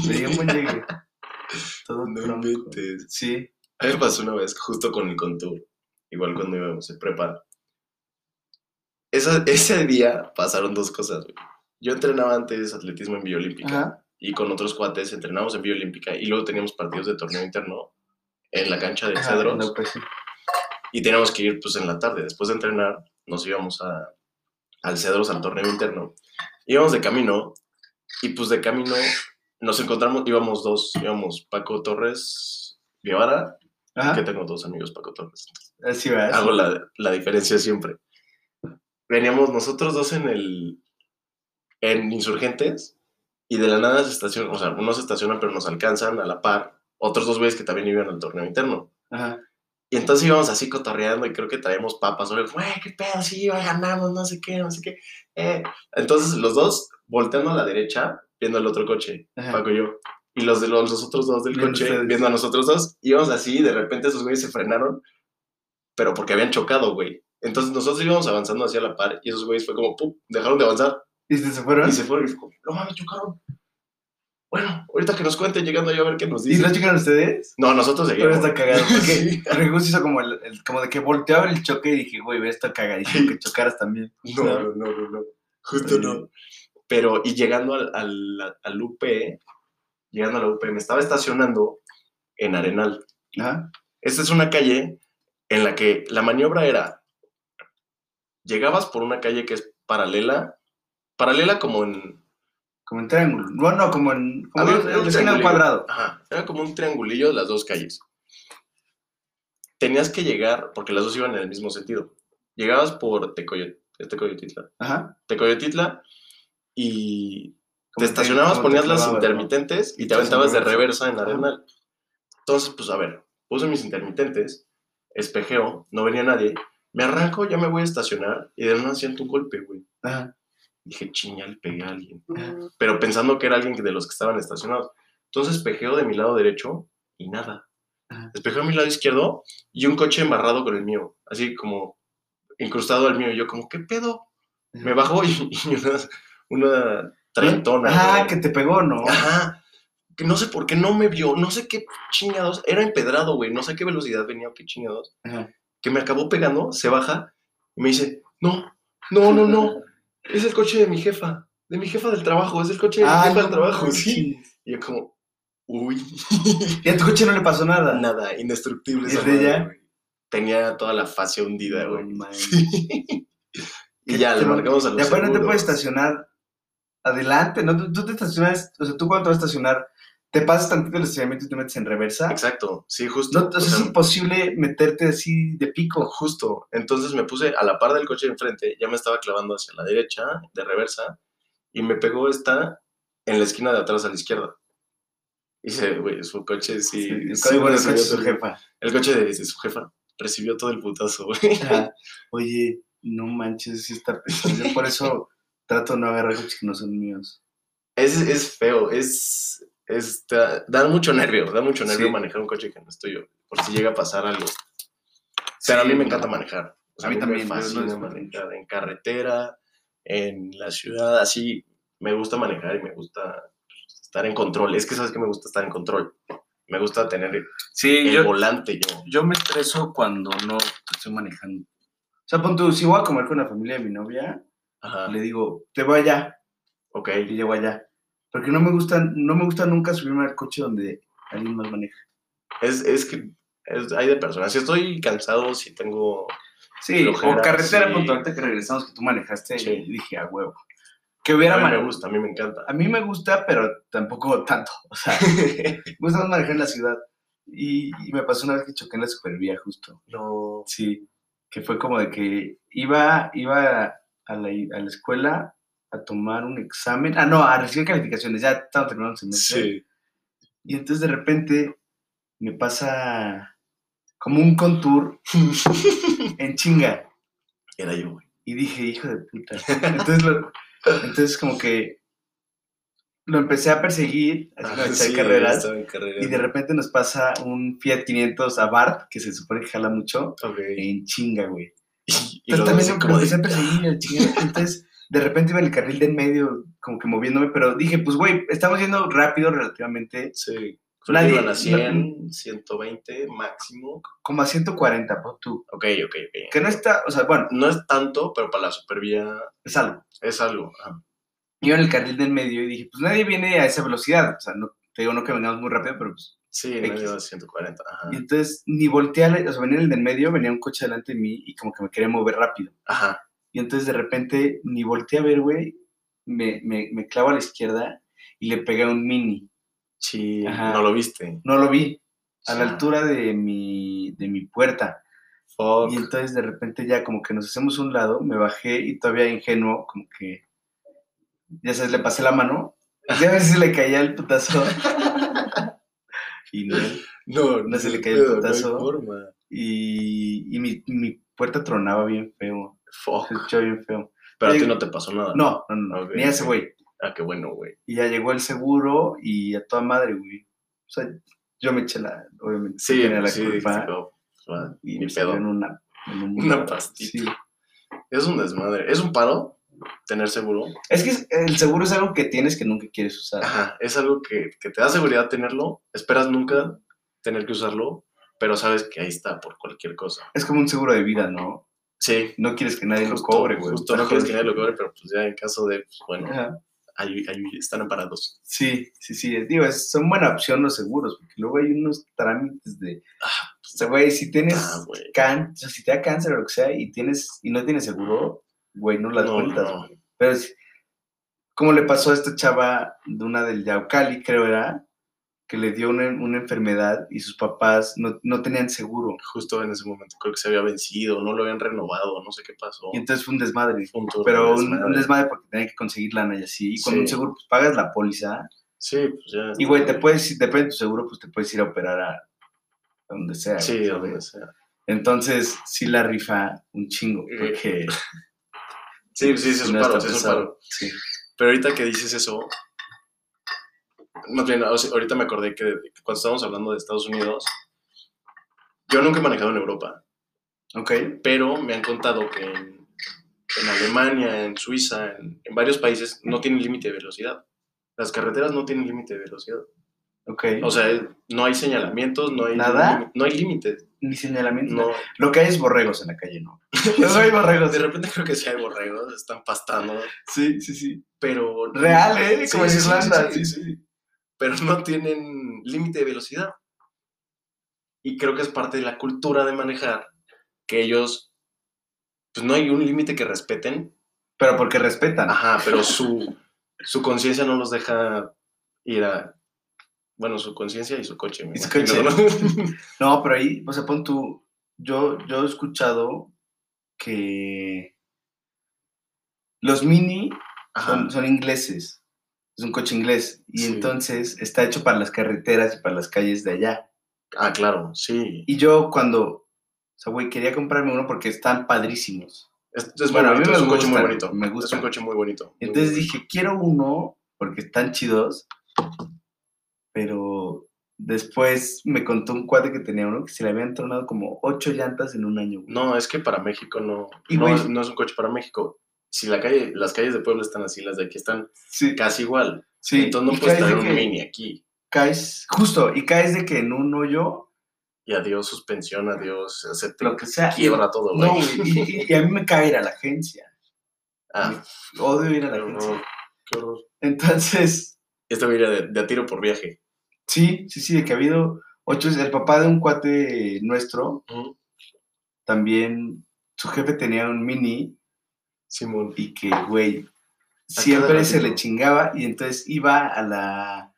[SPEAKER 1] Le dio un buen llegue. Todo
[SPEAKER 2] No
[SPEAKER 1] tronco.
[SPEAKER 2] inventes.
[SPEAKER 1] Sí.
[SPEAKER 2] A mí me pasó una vez justo con el contour, igual cuando íbamos en prepa. Esa- ese día pasaron dos cosas. güey. Yo entrenaba antes atletismo en Vía Olímpica
[SPEAKER 1] Ajá.
[SPEAKER 2] y con otros cuates entrenábamos en Vía Olímpica y luego teníamos partidos de torneo interno en la cancha del
[SPEAKER 1] Ajá,
[SPEAKER 2] Cedros
[SPEAKER 1] no, pues sí.
[SPEAKER 2] y teníamos que ir pues en la tarde. Después de entrenar nos íbamos a, al Cedros al torneo interno. Íbamos de camino y pues de camino nos encontramos, íbamos dos, íbamos Paco Torres Guevara, que
[SPEAKER 1] Ajá.
[SPEAKER 2] tengo dos amigos Paco Torres.
[SPEAKER 1] Así va. así.
[SPEAKER 2] hago la, la diferencia siempre. Veníamos nosotros dos en el. en Insurgentes, y de la nada se estacionan, o sea, unos se estacionan, pero nos alcanzan a la par, otros dos güeyes que también iban al torneo interno.
[SPEAKER 1] Ajá.
[SPEAKER 2] Y entonces íbamos así cotorreando, y creo que traíamos papas, o güey, qué pedo, sí, va, ganamos, no sé qué, no sé qué. eh". Entonces los dos volteando a la derecha, viendo el otro coche.
[SPEAKER 1] Ajá.
[SPEAKER 2] Paco y yo. Y los de los, los otros dos del
[SPEAKER 1] Ah. Viendo
[SPEAKER 2] coche,
[SPEAKER 1] ustedes.
[SPEAKER 2] viendo a nosotros dos, íbamos así, y de repente esos güeyes se frenaron, pero porque habían chocado, güey. Entonces nosotros íbamos avanzando hacia la par, y esos güeyes fue como, pum, dejaron de avanzar,
[SPEAKER 1] ¿Y se se fueron?
[SPEAKER 2] y se fueron, y fue como, no mames, chocaron. Bueno, ahorita que nos cuenten, llegando yo a ver qué nos
[SPEAKER 1] ¿Y
[SPEAKER 2] dicen.
[SPEAKER 1] lo checaron ustedes?
[SPEAKER 2] No, nosotros
[SPEAKER 1] Pero
[SPEAKER 2] seguimos.
[SPEAKER 1] está
[SPEAKER 2] *laughs*
[SPEAKER 1] cagado. Porque
[SPEAKER 2] Sí.
[SPEAKER 1] porque justo hizo como, el, el- como de que volteaba el choque y dije, güey, ve esto cagadísimo que chocaras también.
[SPEAKER 2] No, no, no, no, no. Justo no. Pero, y llegando al, al, al UP, llegando a la UP, me estaba estacionando en Arenal.
[SPEAKER 1] Ajá.
[SPEAKER 2] Esta es una calle en la que la maniobra era, llegabas por una calle que es paralela, paralela como en...
[SPEAKER 1] Como en triángulo. No, no, como en. Como
[SPEAKER 2] había
[SPEAKER 1] en
[SPEAKER 2] un-
[SPEAKER 1] en
[SPEAKER 2] era un
[SPEAKER 1] la esquina del
[SPEAKER 2] triangulillo.
[SPEAKER 1] cuadrado.
[SPEAKER 2] Ajá, era como un triangulillo de las dos calles. Tenías que llegar, porque las dos iban en el mismo sentido. Llegabas por Tecoyo- es Tecoyotitla,
[SPEAKER 1] Ajá.
[SPEAKER 2] Tecoyotitla y
[SPEAKER 1] Como
[SPEAKER 2] te
[SPEAKER 1] que-
[SPEAKER 2] estacionabas,
[SPEAKER 1] como te
[SPEAKER 2] ponías las
[SPEAKER 1] clavabas, ¿no?
[SPEAKER 2] intermitentes y
[SPEAKER 1] Y
[SPEAKER 2] te
[SPEAKER 1] te
[SPEAKER 2] aventabas de
[SPEAKER 1] reversa.
[SPEAKER 2] reversa en la
[SPEAKER 1] Ajá.
[SPEAKER 2] arenal. Entonces, pues a ver, uso mis intermitentes, espejeo, no venía nadie, me arranco, ya me voy a estacionar y de una siento un golpe, güey.
[SPEAKER 1] Ajá.
[SPEAKER 2] Dije, chinga, le pegué a alguien. Pero pensando que era alguien que- de los que estaban estacionados. Entonces espejeo de mi lado derecho y nada.
[SPEAKER 1] Ajá.
[SPEAKER 2] Espejeo de mi lado izquierdo y un coche embarrado con el mío. Así como incrustado al mío. Y yo como, ¿qué pedo? Me bajo y, *laughs* y una, una treintona.
[SPEAKER 1] Ah,
[SPEAKER 2] güey.
[SPEAKER 1] que te pegó, ¿no?
[SPEAKER 2] Ajá. Que no sé por qué no me vio. No sé qué chingados. Era empedrado, güey. No sé a qué velocidad venía o qué chingados
[SPEAKER 1] Ajá.
[SPEAKER 2] que me acabó pegando, se baja y me dice, no, no, no, no, es el coche de mi jefa, de mi jefa del trabajo, es el coche de mi jefa
[SPEAKER 1] Ah, no
[SPEAKER 2] del trabajo,
[SPEAKER 1] manches.
[SPEAKER 2] sí. Y yo como, uy,
[SPEAKER 1] Y a tu coche no le pasó nada.
[SPEAKER 2] nada, indestructible.
[SPEAKER 1] ¿Es
[SPEAKER 2] esa
[SPEAKER 1] de
[SPEAKER 2] madre,
[SPEAKER 1] ella?
[SPEAKER 2] güey. Tenía toda la fascia hundida,
[SPEAKER 1] No
[SPEAKER 2] güey.
[SPEAKER 1] manches.
[SPEAKER 2] Sí. y ya, le
[SPEAKER 1] Pero-
[SPEAKER 2] marcamos a
[SPEAKER 1] Y
[SPEAKER 2] los
[SPEAKER 1] aparte no te
[SPEAKER 2] seguros.
[SPEAKER 1] puedes estacionar adelante, ¿no? Tú, tú te estacionas, o sea, tú cuando te vas a estacionar, te pasas tantito el estacionamiento y te metes en reversa.
[SPEAKER 2] Exacto, sí, justo.
[SPEAKER 1] No, o sea,
[SPEAKER 2] o sea,
[SPEAKER 1] es imposible meterte así de pico.
[SPEAKER 2] Justo. Entonces me puse a la par del coche de enfrente, ya me estaba clavando hacia la derecha, de reversa, y me pegó esta en la esquina de atrás a la izquierda. Y dice, güey, su coche sí.
[SPEAKER 1] el
[SPEAKER 2] sí
[SPEAKER 1] código del
[SPEAKER 2] recibió
[SPEAKER 1] coche de su
[SPEAKER 2] todo-
[SPEAKER 1] jefa.
[SPEAKER 2] El coche de, de su jefa recibió todo el putazo, güey. *laughs*
[SPEAKER 1] Ajá. Oye, no manches, sí está pesado. Yo por eso trato de no agarrar coches que no son míos.
[SPEAKER 2] Es, es feo, es. es- te da, da mucho nervio, da mucho nervio
[SPEAKER 1] Sí.
[SPEAKER 2] manejar un coche que no es tuyo, por si llega a pasar algo. Pero a mí me encanta manejar. O sea,
[SPEAKER 1] A mí
[SPEAKER 2] a mí,
[SPEAKER 1] también,
[SPEAKER 2] me
[SPEAKER 1] yo no
[SPEAKER 2] fascina
[SPEAKER 1] disfruto
[SPEAKER 2] manejar en carretera, en la ciudad, así. Me gusta manejar y me gusta estar en control. Es que sabes que me gusta estar en control. Me gusta tener el
[SPEAKER 1] Sí,
[SPEAKER 2] volante yo.
[SPEAKER 1] yo me estreso cuando no estoy manejando. O sea, pon tú, si voy a comer con la familia de mi novia,
[SPEAKER 2] Ajá.
[SPEAKER 1] le digo, te voy allá,
[SPEAKER 2] Ok.
[SPEAKER 1] y llego allá. Porque no me gustan, no me gusta nunca subirme al coche donde alguien más maneja.
[SPEAKER 2] Es, es que es- hay de personas. Si estoy cansado, si tengo.
[SPEAKER 1] Sí,
[SPEAKER 2] Flojera,
[SPEAKER 1] o carretera,
[SPEAKER 2] sí.
[SPEAKER 1] punto, ahorita que regresamos, que tú manejaste,
[SPEAKER 2] Sí.
[SPEAKER 1] y dije, a huevo. Que
[SPEAKER 2] A
[SPEAKER 1] hubiera
[SPEAKER 2] mí me
[SPEAKER 1] manejado.
[SPEAKER 2] gusta, a mí me encanta.
[SPEAKER 1] A mí me gusta, pero tampoco tanto. O sea, me gusta más manejar en la ciudad. Y, y me pasó una vez que choqué en la supervía, justo.
[SPEAKER 2] no.
[SPEAKER 1] Sí, que fue como de que iba, iba a la, a la escuela a tomar un examen. Ah, no, a recibir calificaciones. Ya estaba terminando el semestre.
[SPEAKER 2] Sí.
[SPEAKER 1] Y entonces de repente me pasa como un contour en chinga.
[SPEAKER 2] Era yo, güey.
[SPEAKER 1] Y dije, hijo de puta. Entonces, lo- entonces como que lo empecé a perseguir, así como echar
[SPEAKER 2] Ah, Sí,
[SPEAKER 1] carreras.
[SPEAKER 2] estaba en carreras.
[SPEAKER 1] Y de repente nos pasa un Fiat 500 Abarth, que se supone que jala mucho,
[SPEAKER 2] Ok.
[SPEAKER 1] en chinga, güey.
[SPEAKER 2] Y- y
[SPEAKER 1] Entonces
[SPEAKER 2] luego
[SPEAKER 1] también
[SPEAKER 2] así
[SPEAKER 1] lo,
[SPEAKER 2] como
[SPEAKER 1] lo
[SPEAKER 2] de-
[SPEAKER 1] empecé a perseguir, el chingada. Entonces, de repente iba en el carril de en medio, como que moviéndome, pero dije, pues, güey, estamos yendo rápido relativamente,
[SPEAKER 2] Sí.
[SPEAKER 1] La
[SPEAKER 2] Creo que
[SPEAKER 1] di-
[SPEAKER 2] iban a
[SPEAKER 1] la-
[SPEAKER 2] 100, 120 máximo.
[SPEAKER 1] como a 140, pon tú.
[SPEAKER 2] Ok, ok, ok.
[SPEAKER 1] Que no está, o sea, bueno,
[SPEAKER 2] No es tanto, pero para la supervía
[SPEAKER 1] es algo.
[SPEAKER 2] es algo. Ah,
[SPEAKER 1] Iba en el carril de en medio y dije, pues nadie viene a esa velocidad. O sea, no, te digo no que vengamos muy rápido, pero pues
[SPEAKER 2] Sí,
[SPEAKER 1] X.
[SPEAKER 2] no lleva 140. Ajá.
[SPEAKER 1] Y entonces ni volteé, a la- o sea, venía el del medio, venía un coche delante de mí y como que me quería mover rápido.
[SPEAKER 2] Ajá.
[SPEAKER 1] Y entonces de repente ni volteé a ver, güey, me, me, me clavo a la izquierda y le pegué a un mini.
[SPEAKER 2] Sí,
[SPEAKER 1] Ajá.
[SPEAKER 2] no lo viste. Ah,
[SPEAKER 1] No lo vi, a la
[SPEAKER 2] Sí.
[SPEAKER 1] altura de mi, de mi puerta.
[SPEAKER 2] Fuck.
[SPEAKER 1] Y entonces de repente ya como que nos hacemos un lado, me bajé y todavía ingenuo, como que, ya sabes, le pasé la mano. Ya a ver si le caía el putazo. *laughs* y no.
[SPEAKER 2] No,
[SPEAKER 1] no se le
[SPEAKER 2] hay
[SPEAKER 1] cayó el
[SPEAKER 2] pedo, no hay
[SPEAKER 1] putazo.
[SPEAKER 2] forma.
[SPEAKER 1] Y, y mi, mi puerta tronaba bien feo. Se
[SPEAKER 2] Fuck.
[SPEAKER 1] escuchaba bien feo.
[SPEAKER 2] Pero a ti
[SPEAKER 1] Llegó-
[SPEAKER 2] no te pasó nada.
[SPEAKER 1] No, no, no.
[SPEAKER 2] Ok,
[SPEAKER 1] Ni a ese
[SPEAKER 2] ok.
[SPEAKER 1] güey.
[SPEAKER 2] Ah, qué bueno, güey.
[SPEAKER 1] Y ya llegó el seguro y a toda madre, güey. O sea, yo me eché la, obviamente,
[SPEAKER 2] Sí,
[SPEAKER 1] tenía la
[SPEAKER 2] sí,
[SPEAKER 1] culpa.
[SPEAKER 2] tipo, ah,
[SPEAKER 1] Y
[SPEAKER 2] ni
[SPEAKER 1] me salió
[SPEAKER 2] pedo.
[SPEAKER 1] en una, en un-
[SPEAKER 2] Una pastita.
[SPEAKER 1] sí.
[SPEAKER 2] Es un desmadre. ¿Es un paro tener seguro?
[SPEAKER 1] Es que es- el seguro es algo que tienes que nunca quieres usar.
[SPEAKER 2] Ajá, es algo que, que te da seguridad tenerlo, esperas nunca tener que usarlo, pero sabes que ahí está por cualquier cosa.
[SPEAKER 1] Es como un seguro de vida, ¿no?
[SPEAKER 2] Sí.
[SPEAKER 1] No quieres que nadie lo
[SPEAKER 2] justo-
[SPEAKER 1] cobre, güey.
[SPEAKER 2] Justo no
[SPEAKER 1] *laughs*
[SPEAKER 2] quieres que nadie lo cobre, pero pues ya en caso de, pues, bueno,
[SPEAKER 1] Ajá.
[SPEAKER 2] ahí, ahí están amparados.
[SPEAKER 1] Sí, sí, sí. es- Digo, es- son buena opción los seguros, porque luego hay unos trámites de. O sea, güey, si tienes
[SPEAKER 2] Ah, güey.
[SPEAKER 1] can, o sea, si te da cáncer o lo que sea y tienes y no tienes seguro, güey, no las
[SPEAKER 2] No,
[SPEAKER 1] cuentas.
[SPEAKER 2] no.
[SPEAKER 1] güey. Pero es- como le pasó a esta chava de una del Yaucali, creo era, que le dio una, una enfermedad y sus papás no, no tenían seguro.
[SPEAKER 2] Justo en ese momento creo que se había vencido, no lo habían renovado, no sé qué pasó.
[SPEAKER 1] Y entonces fue un desmadre.
[SPEAKER 2] Fue un turno
[SPEAKER 1] Pero
[SPEAKER 2] de
[SPEAKER 1] un-
[SPEAKER 2] desmadre.
[SPEAKER 1] un desmadre porque tenía que conseguir lana y así. Y con
[SPEAKER 2] Sí.
[SPEAKER 1] un seguro, pues pagas la póliza.
[SPEAKER 2] Sí, pues ya.
[SPEAKER 1] Y güey, te puedes, si depende de tu seguro, pues te puedes ir a operar a, donde sea.
[SPEAKER 2] Sí,
[SPEAKER 1] güey,
[SPEAKER 2] donde
[SPEAKER 1] ¿sabes?
[SPEAKER 2] sea.
[SPEAKER 1] Entonces, sí la rifa un chingo,
[SPEAKER 2] Eh,
[SPEAKER 1] porque...
[SPEAKER 2] Sí, sí, sí, es
[SPEAKER 1] no
[SPEAKER 2] un paro,
[SPEAKER 1] está
[SPEAKER 2] sí, es un
[SPEAKER 1] pesado.
[SPEAKER 2] paro.
[SPEAKER 1] Sí.
[SPEAKER 2] Pero ahorita que dices eso, más bien, o sea, ahorita me acordé que cuando estábamos hablando de Estados Unidos, yo nunca he manejado en Europa,
[SPEAKER 1] Ok.
[SPEAKER 2] pero me han contado que en, en Alemania, en Suiza, en, en varios países no tienen límite de velocidad. Las carreteras no tienen límite de velocidad.
[SPEAKER 1] Ok.
[SPEAKER 2] O sea, no hay señalamientos, no hay
[SPEAKER 1] ¿Nada?
[SPEAKER 2] no hay límites.
[SPEAKER 1] Ni señalamiento.
[SPEAKER 2] No.
[SPEAKER 1] Lo que hay es borregos en la calle, ¿no? *laughs*
[SPEAKER 2] *laughs*
[SPEAKER 1] No soy borregos.
[SPEAKER 2] De repente creo que sí hay borregos, están pastando,
[SPEAKER 1] Sí, sí, sí.
[SPEAKER 2] pero
[SPEAKER 1] Real, ¿eh?
[SPEAKER 2] Sí,
[SPEAKER 1] Como
[SPEAKER 2] sí,
[SPEAKER 1] en
[SPEAKER 2] sí,
[SPEAKER 1] Irlanda. Sí,
[SPEAKER 2] sí, sí.
[SPEAKER 1] sí.
[SPEAKER 2] pero no tienen límite de velocidad. Y creo que es parte de la cultura de manejar que ellos, pues no hay un límite que respeten,
[SPEAKER 1] Pero porque respetan.
[SPEAKER 2] ajá, pero
[SPEAKER 1] *laughs*
[SPEAKER 2] su, su conciencia no los deja ir a, bueno, su conciencia y su coche. me
[SPEAKER 1] Y su
[SPEAKER 2] imagino,
[SPEAKER 1] *laughs*
[SPEAKER 2] ¿no?
[SPEAKER 1] No, pero ahí, o sea, pon tú. Yo, yo he escuchado que los mini
[SPEAKER 2] Ajá.
[SPEAKER 1] son, son ingleses. Es un coche inglés. Y
[SPEAKER 2] Sí.
[SPEAKER 1] entonces está hecho para las carreteras y para las calles de allá.
[SPEAKER 2] Ah, claro, sí.
[SPEAKER 1] Y yo cuando, o sea, güey, quería comprarme uno porque están padrísimos.
[SPEAKER 2] Es, es muy
[SPEAKER 1] Bueno, a mí
[SPEAKER 2] bonito,
[SPEAKER 1] me
[SPEAKER 2] es un coche muy
[SPEAKER 1] gustan,
[SPEAKER 2] bonito.
[SPEAKER 1] me
[SPEAKER 2] Es un
[SPEAKER 1] gustan.
[SPEAKER 2] coche muy bonito. muy
[SPEAKER 1] Entonces
[SPEAKER 2] bonito.
[SPEAKER 1] dije, quiero uno porque están chidos. Pero después me contó un cuate que tenía uno que se le habían tronado como ocho llantas en un año. güey.
[SPEAKER 2] No, es que para México no,
[SPEAKER 1] Y,
[SPEAKER 2] no,
[SPEAKER 1] güey-
[SPEAKER 2] es, no es un coche para México. Si la calle, las calles de Puebla están así, las de aquí están
[SPEAKER 1] Sí,
[SPEAKER 2] casi igual.
[SPEAKER 1] sí.
[SPEAKER 2] Entonces
[SPEAKER 1] y
[SPEAKER 2] no
[SPEAKER 1] caes
[SPEAKER 2] puedes
[SPEAKER 1] de
[SPEAKER 2] tener un
[SPEAKER 1] que
[SPEAKER 2] mini aquí.
[SPEAKER 1] Caes, justo, y caes de que en un hoyo,
[SPEAKER 2] Y adiós suspensión, adiós, se te
[SPEAKER 1] lo que sea.
[SPEAKER 2] quiebra todo, güey.
[SPEAKER 1] No, güey, y, y- y a mí me cae ir a la agencia.
[SPEAKER 2] Ah,
[SPEAKER 1] Odio ir a la
[SPEAKER 2] qué
[SPEAKER 1] agencia.
[SPEAKER 2] horror, qué horror.
[SPEAKER 1] Entonces,
[SPEAKER 2] Esto me iría de, de a tiro por viaje.
[SPEAKER 1] Sí, sí, sí, de que ha habido ocho. El papá de un cuate nuestro también, su jefe tenía un mini
[SPEAKER 2] Simón.
[SPEAKER 1] y que, güey, siempre se le
[SPEAKER 2] ratito.
[SPEAKER 1] chingaba y entonces iba a la,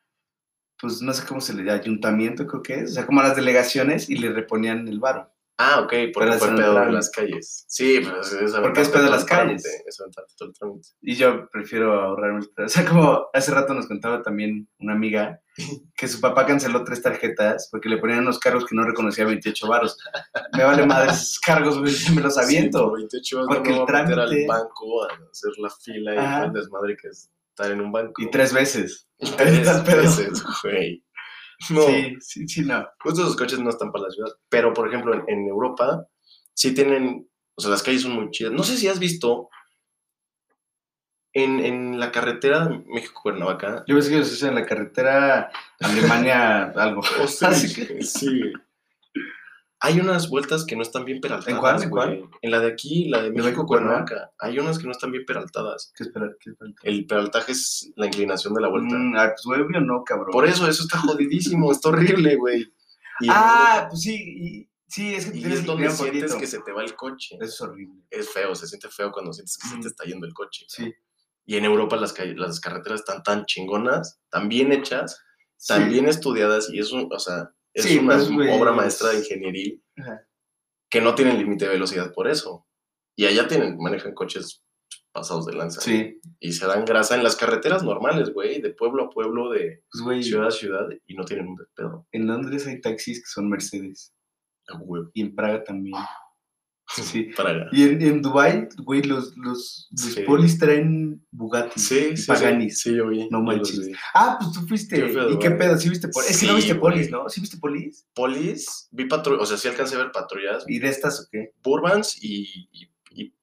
[SPEAKER 1] pues no sé cómo se le llama, ayuntamiento creo que es, o sea, como a las delegaciones y le reponían el varo.
[SPEAKER 2] Ah, ok, porque
[SPEAKER 1] Pero
[SPEAKER 2] fue
[SPEAKER 1] es en
[SPEAKER 2] pedo de
[SPEAKER 1] plan-
[SPEAKER 2] las calles. Sí, pero es, es
[SPEAKER 1] Porque es
[SPEAKER 2] aventarte
[SPEAKER 1] pedo de
[SPEAKER 2] todo
[SPEAKER 1] las
[SPEAKER 2] el trámite,
[SPEAKER 1] calles.
[SPEAKER 2] Es aventarte todo el trámite.
[SPEAKER 1] Y yo prefiero ahorrarme el tra- *laughs* O sea, como hace rato nos contaba también una amiga que su papá canceló tres tarjetas porque le ponían unos cargos que no reconocía 28 varos. Me vale madre esos cargos, güey, *laughs* me los
[SPEAKER 2] Sí,
[SPEAKER 1] aviento.
[SPEAKER 2] por 28 horas
[SPEAKER 1] Porque
[SPEAKER 2] no me
[SPEAKER 1] el
[SPEAKER 2] voy a meter al
[SPEAKER 1] trámite-
[SPEAKER 2] banco a hacer la fila y
[SPEAKER 1] Ajá.
[SPEAKER 2] todo el desmadre que es estar en un banco.
[SPEAKER 1] Y tres veces.
[SPEAKER 2] Y
[SPEAKER 1] ahí está el pedo.
[SPEAKER 2] veces, güey. No.
[SPEAKER 1] *laughs* Sí, sí, sí, no.
[SPEAKER 2] Justo esos coches no están para la ciudad. Pero, por ejemplo, en, en Europa sí tienen. O sea, las calles son muy chidas. No sé si has visto. En, en la carretera
[SPEAKER 1] *laughs*
[SPEAKER 2] México-Cuernavaca.
[SPEAKER 1] Yo pensé que los hice en la carretera Alemania, *laughs* algo.
[SPEAKER 2] o sea,
[SPEAKER 1] Así que-
[SPEAKER 2] sí. Hay unas vueltas que no están bien peraltadas.
[SPEAKER 1] ¿En cuál? ¿En
[SPEAKER 2] güey. En la de aquí, la de México-Cuernavaca. Hay unas que no están bien peraltadas.
[SPEAKER 1] ¿Qué esperar? ¿Qué esperar?
[SPEAKER 2] El peraltaje es la inclinación de la vuelta.
[SPEAKER 1] Mm, ah, pues obvio no, cabrón.
[SPEAKER 2] Por eso, eso está jodidísimo. está horrible, güey. Y-
[SPEAKER 1] ah, pues sí, y- sí, es que
[SPEAKER 2] y
[SPEAKER 1] tienes
[SPEAKER 2] es
[SPEAKER 1] que
[SPEAKER 2] donde
[SPEAKER 1] girar un
[SPEAKER 2] sientes
[SPEAKER 1] poquito.
[SPEAKER 2] que se te va el coche.
[SPEAKER 1] Eso es horrible.
[SPEAKER 2] es feo, se siente feo cuando sientes que se te
[SPEAKER 1] Ujú.
[SPEAKER 2] está yendo el coche. ¿no?
[SPEAKER 1] Sí.
[SPEAKER 2] Y en Europa las, calle- las carreteras están tan chingonas, tan bien hechas, tan bien estudiadas, y es, un- o sea, es
[SPEAKER 1] Sí,
[SPEAKER 2] una
[SPEAKER 1] pues, güey,
[SPEAKER 2] obra
[SPEAKER 1] es-
[SPEAKER 2] maestra de ingeniería
[SPEAKER 1] Ajá.
[SPEAKER 2] que no tienen límite de velocidad por eso. Y allá tienen, manejan coches pasados de lanza.
[SPEAKER 1] Sí.
[SPEAKER 2] Y se dan grasa en las carreteras normales, güey, de pueblo a pueblo, de
[SPEAKER 1] Pues güey,
[SPEAKER 2] ciudad a ciudad, y no tienen un pedo.
[SPEAKER 1] en Londres hay taxis que son Mercedes.
[SPEAKER 2] A huevo.
[SPEAKER 1] Y en Praga también.
[SPEAKER 2] *laughs*
[SPEAKER 1] Sí.
[SPEAKER 2] Para...
[SPEAKER 1] Y en, en Dubai, güey, los, los, los
[SPEAKER 2] Sí.
[SPEAKER 1] polis traen Bugatti.
[SPEAKER 2] Sí, sí, sí,
[SPEAKER 1] Paganis.
[SPEAKER 2] Sí, yo vi. yo los
[SPEAKER 1] manches.
[SPEAKER 2] vi.
[SPEAKER 1] Ah, pues tú fuiste.
[SPEAKER 2] Yo fui a
[SPEAKER 1] ¿Y qué
[SPEAKER 2] Dubái.
[SPEAKER 1] pedo? ¿Sí viste polis? Es que
[SPEAKER 2] Sí,
[SPEAKER 1] no viste polis,
[SPEAKER 2] güey.
[SPEAKER 1] ¿no? ¿Sí viste polis?
[SPEAKER 2] Polis, vi patrullas, o sea, sí alcancé a ver patrullas,
[SPEAKER 1] ¿Y de estas o qué?
[SPEAKER 2] Burbans y, y- y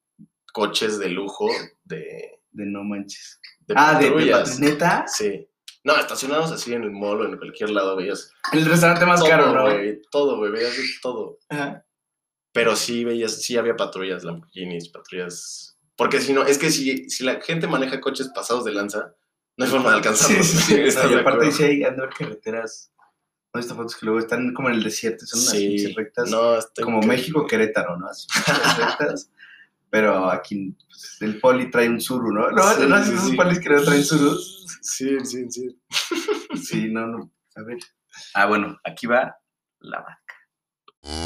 [SPEAKER 2] coches de lujo de,
[SPEAKER 1] De no manches.
[SPEAKER 2] de
[SPEAKER 1] ah, de, de
[SPEAKER 2] patrullas.
[SPEAKER 1] patineta.
[SPEAKER 2] Sí. No, estacionados así en el mall o en cualquier lado, veías.
[SPEAKER 1] El restaurante más
[SPEAKER 2] todo,
[SPEAKER 1] caro, ¿no?
[SPEAKER 2] güey, todo, güey, veías de todo.
[SPEAKER 1] Ajá.
[SPEAKER 2] Pero sí veías, sí había patrullas, Lamborghinis, patrullas. Porque si no, es que si, si la gente maneja coches pasados de lanza, no hay forma de
[SPEAKER 1] Sí,
[SPEAKER 2] alcanzarlos.
[SPEAKER 1] sí,
[SPEAKER 2] *laughs*
[SPEAKER 1] sí.
[SPEAKER 2] ¿Estás
[SPEAKER 1] No, y
[SPEAKER 2] de
[SPEAKER 1] aparte
[SPEAKER 2] acuerdo?
[SPEAKER 1] dice ahí, han de haber carreteras. No he visto fotos que luego están como en el desierto, y son unas
[SPEAKER 2] Sí,
[SPEAKER 1] pinches rectas.
[SPEAKER 2] no, está
[SPEAKER 1] como
[SPEAKER 2] increíble.
[SPEAKER 1] México, Querétaro, ¿no? Así, *laughs* pinches rectas. Pero aquí pues, el poli trae un suru, ¿no? No,
[SPEAKER 2] Sí,
[SPEAKER 1] no,
[SPEAKER 2] sí,
[SPEAKER 1] esos
[SPEAKER 2] sí.
[SPEAKER 1] polis que no traen surus.
[SPEAKER 2] Sí, sí, sí.
[SPEAKER 1] Sí, no, no. A ver. Ah, bueno, aquí va la vaca.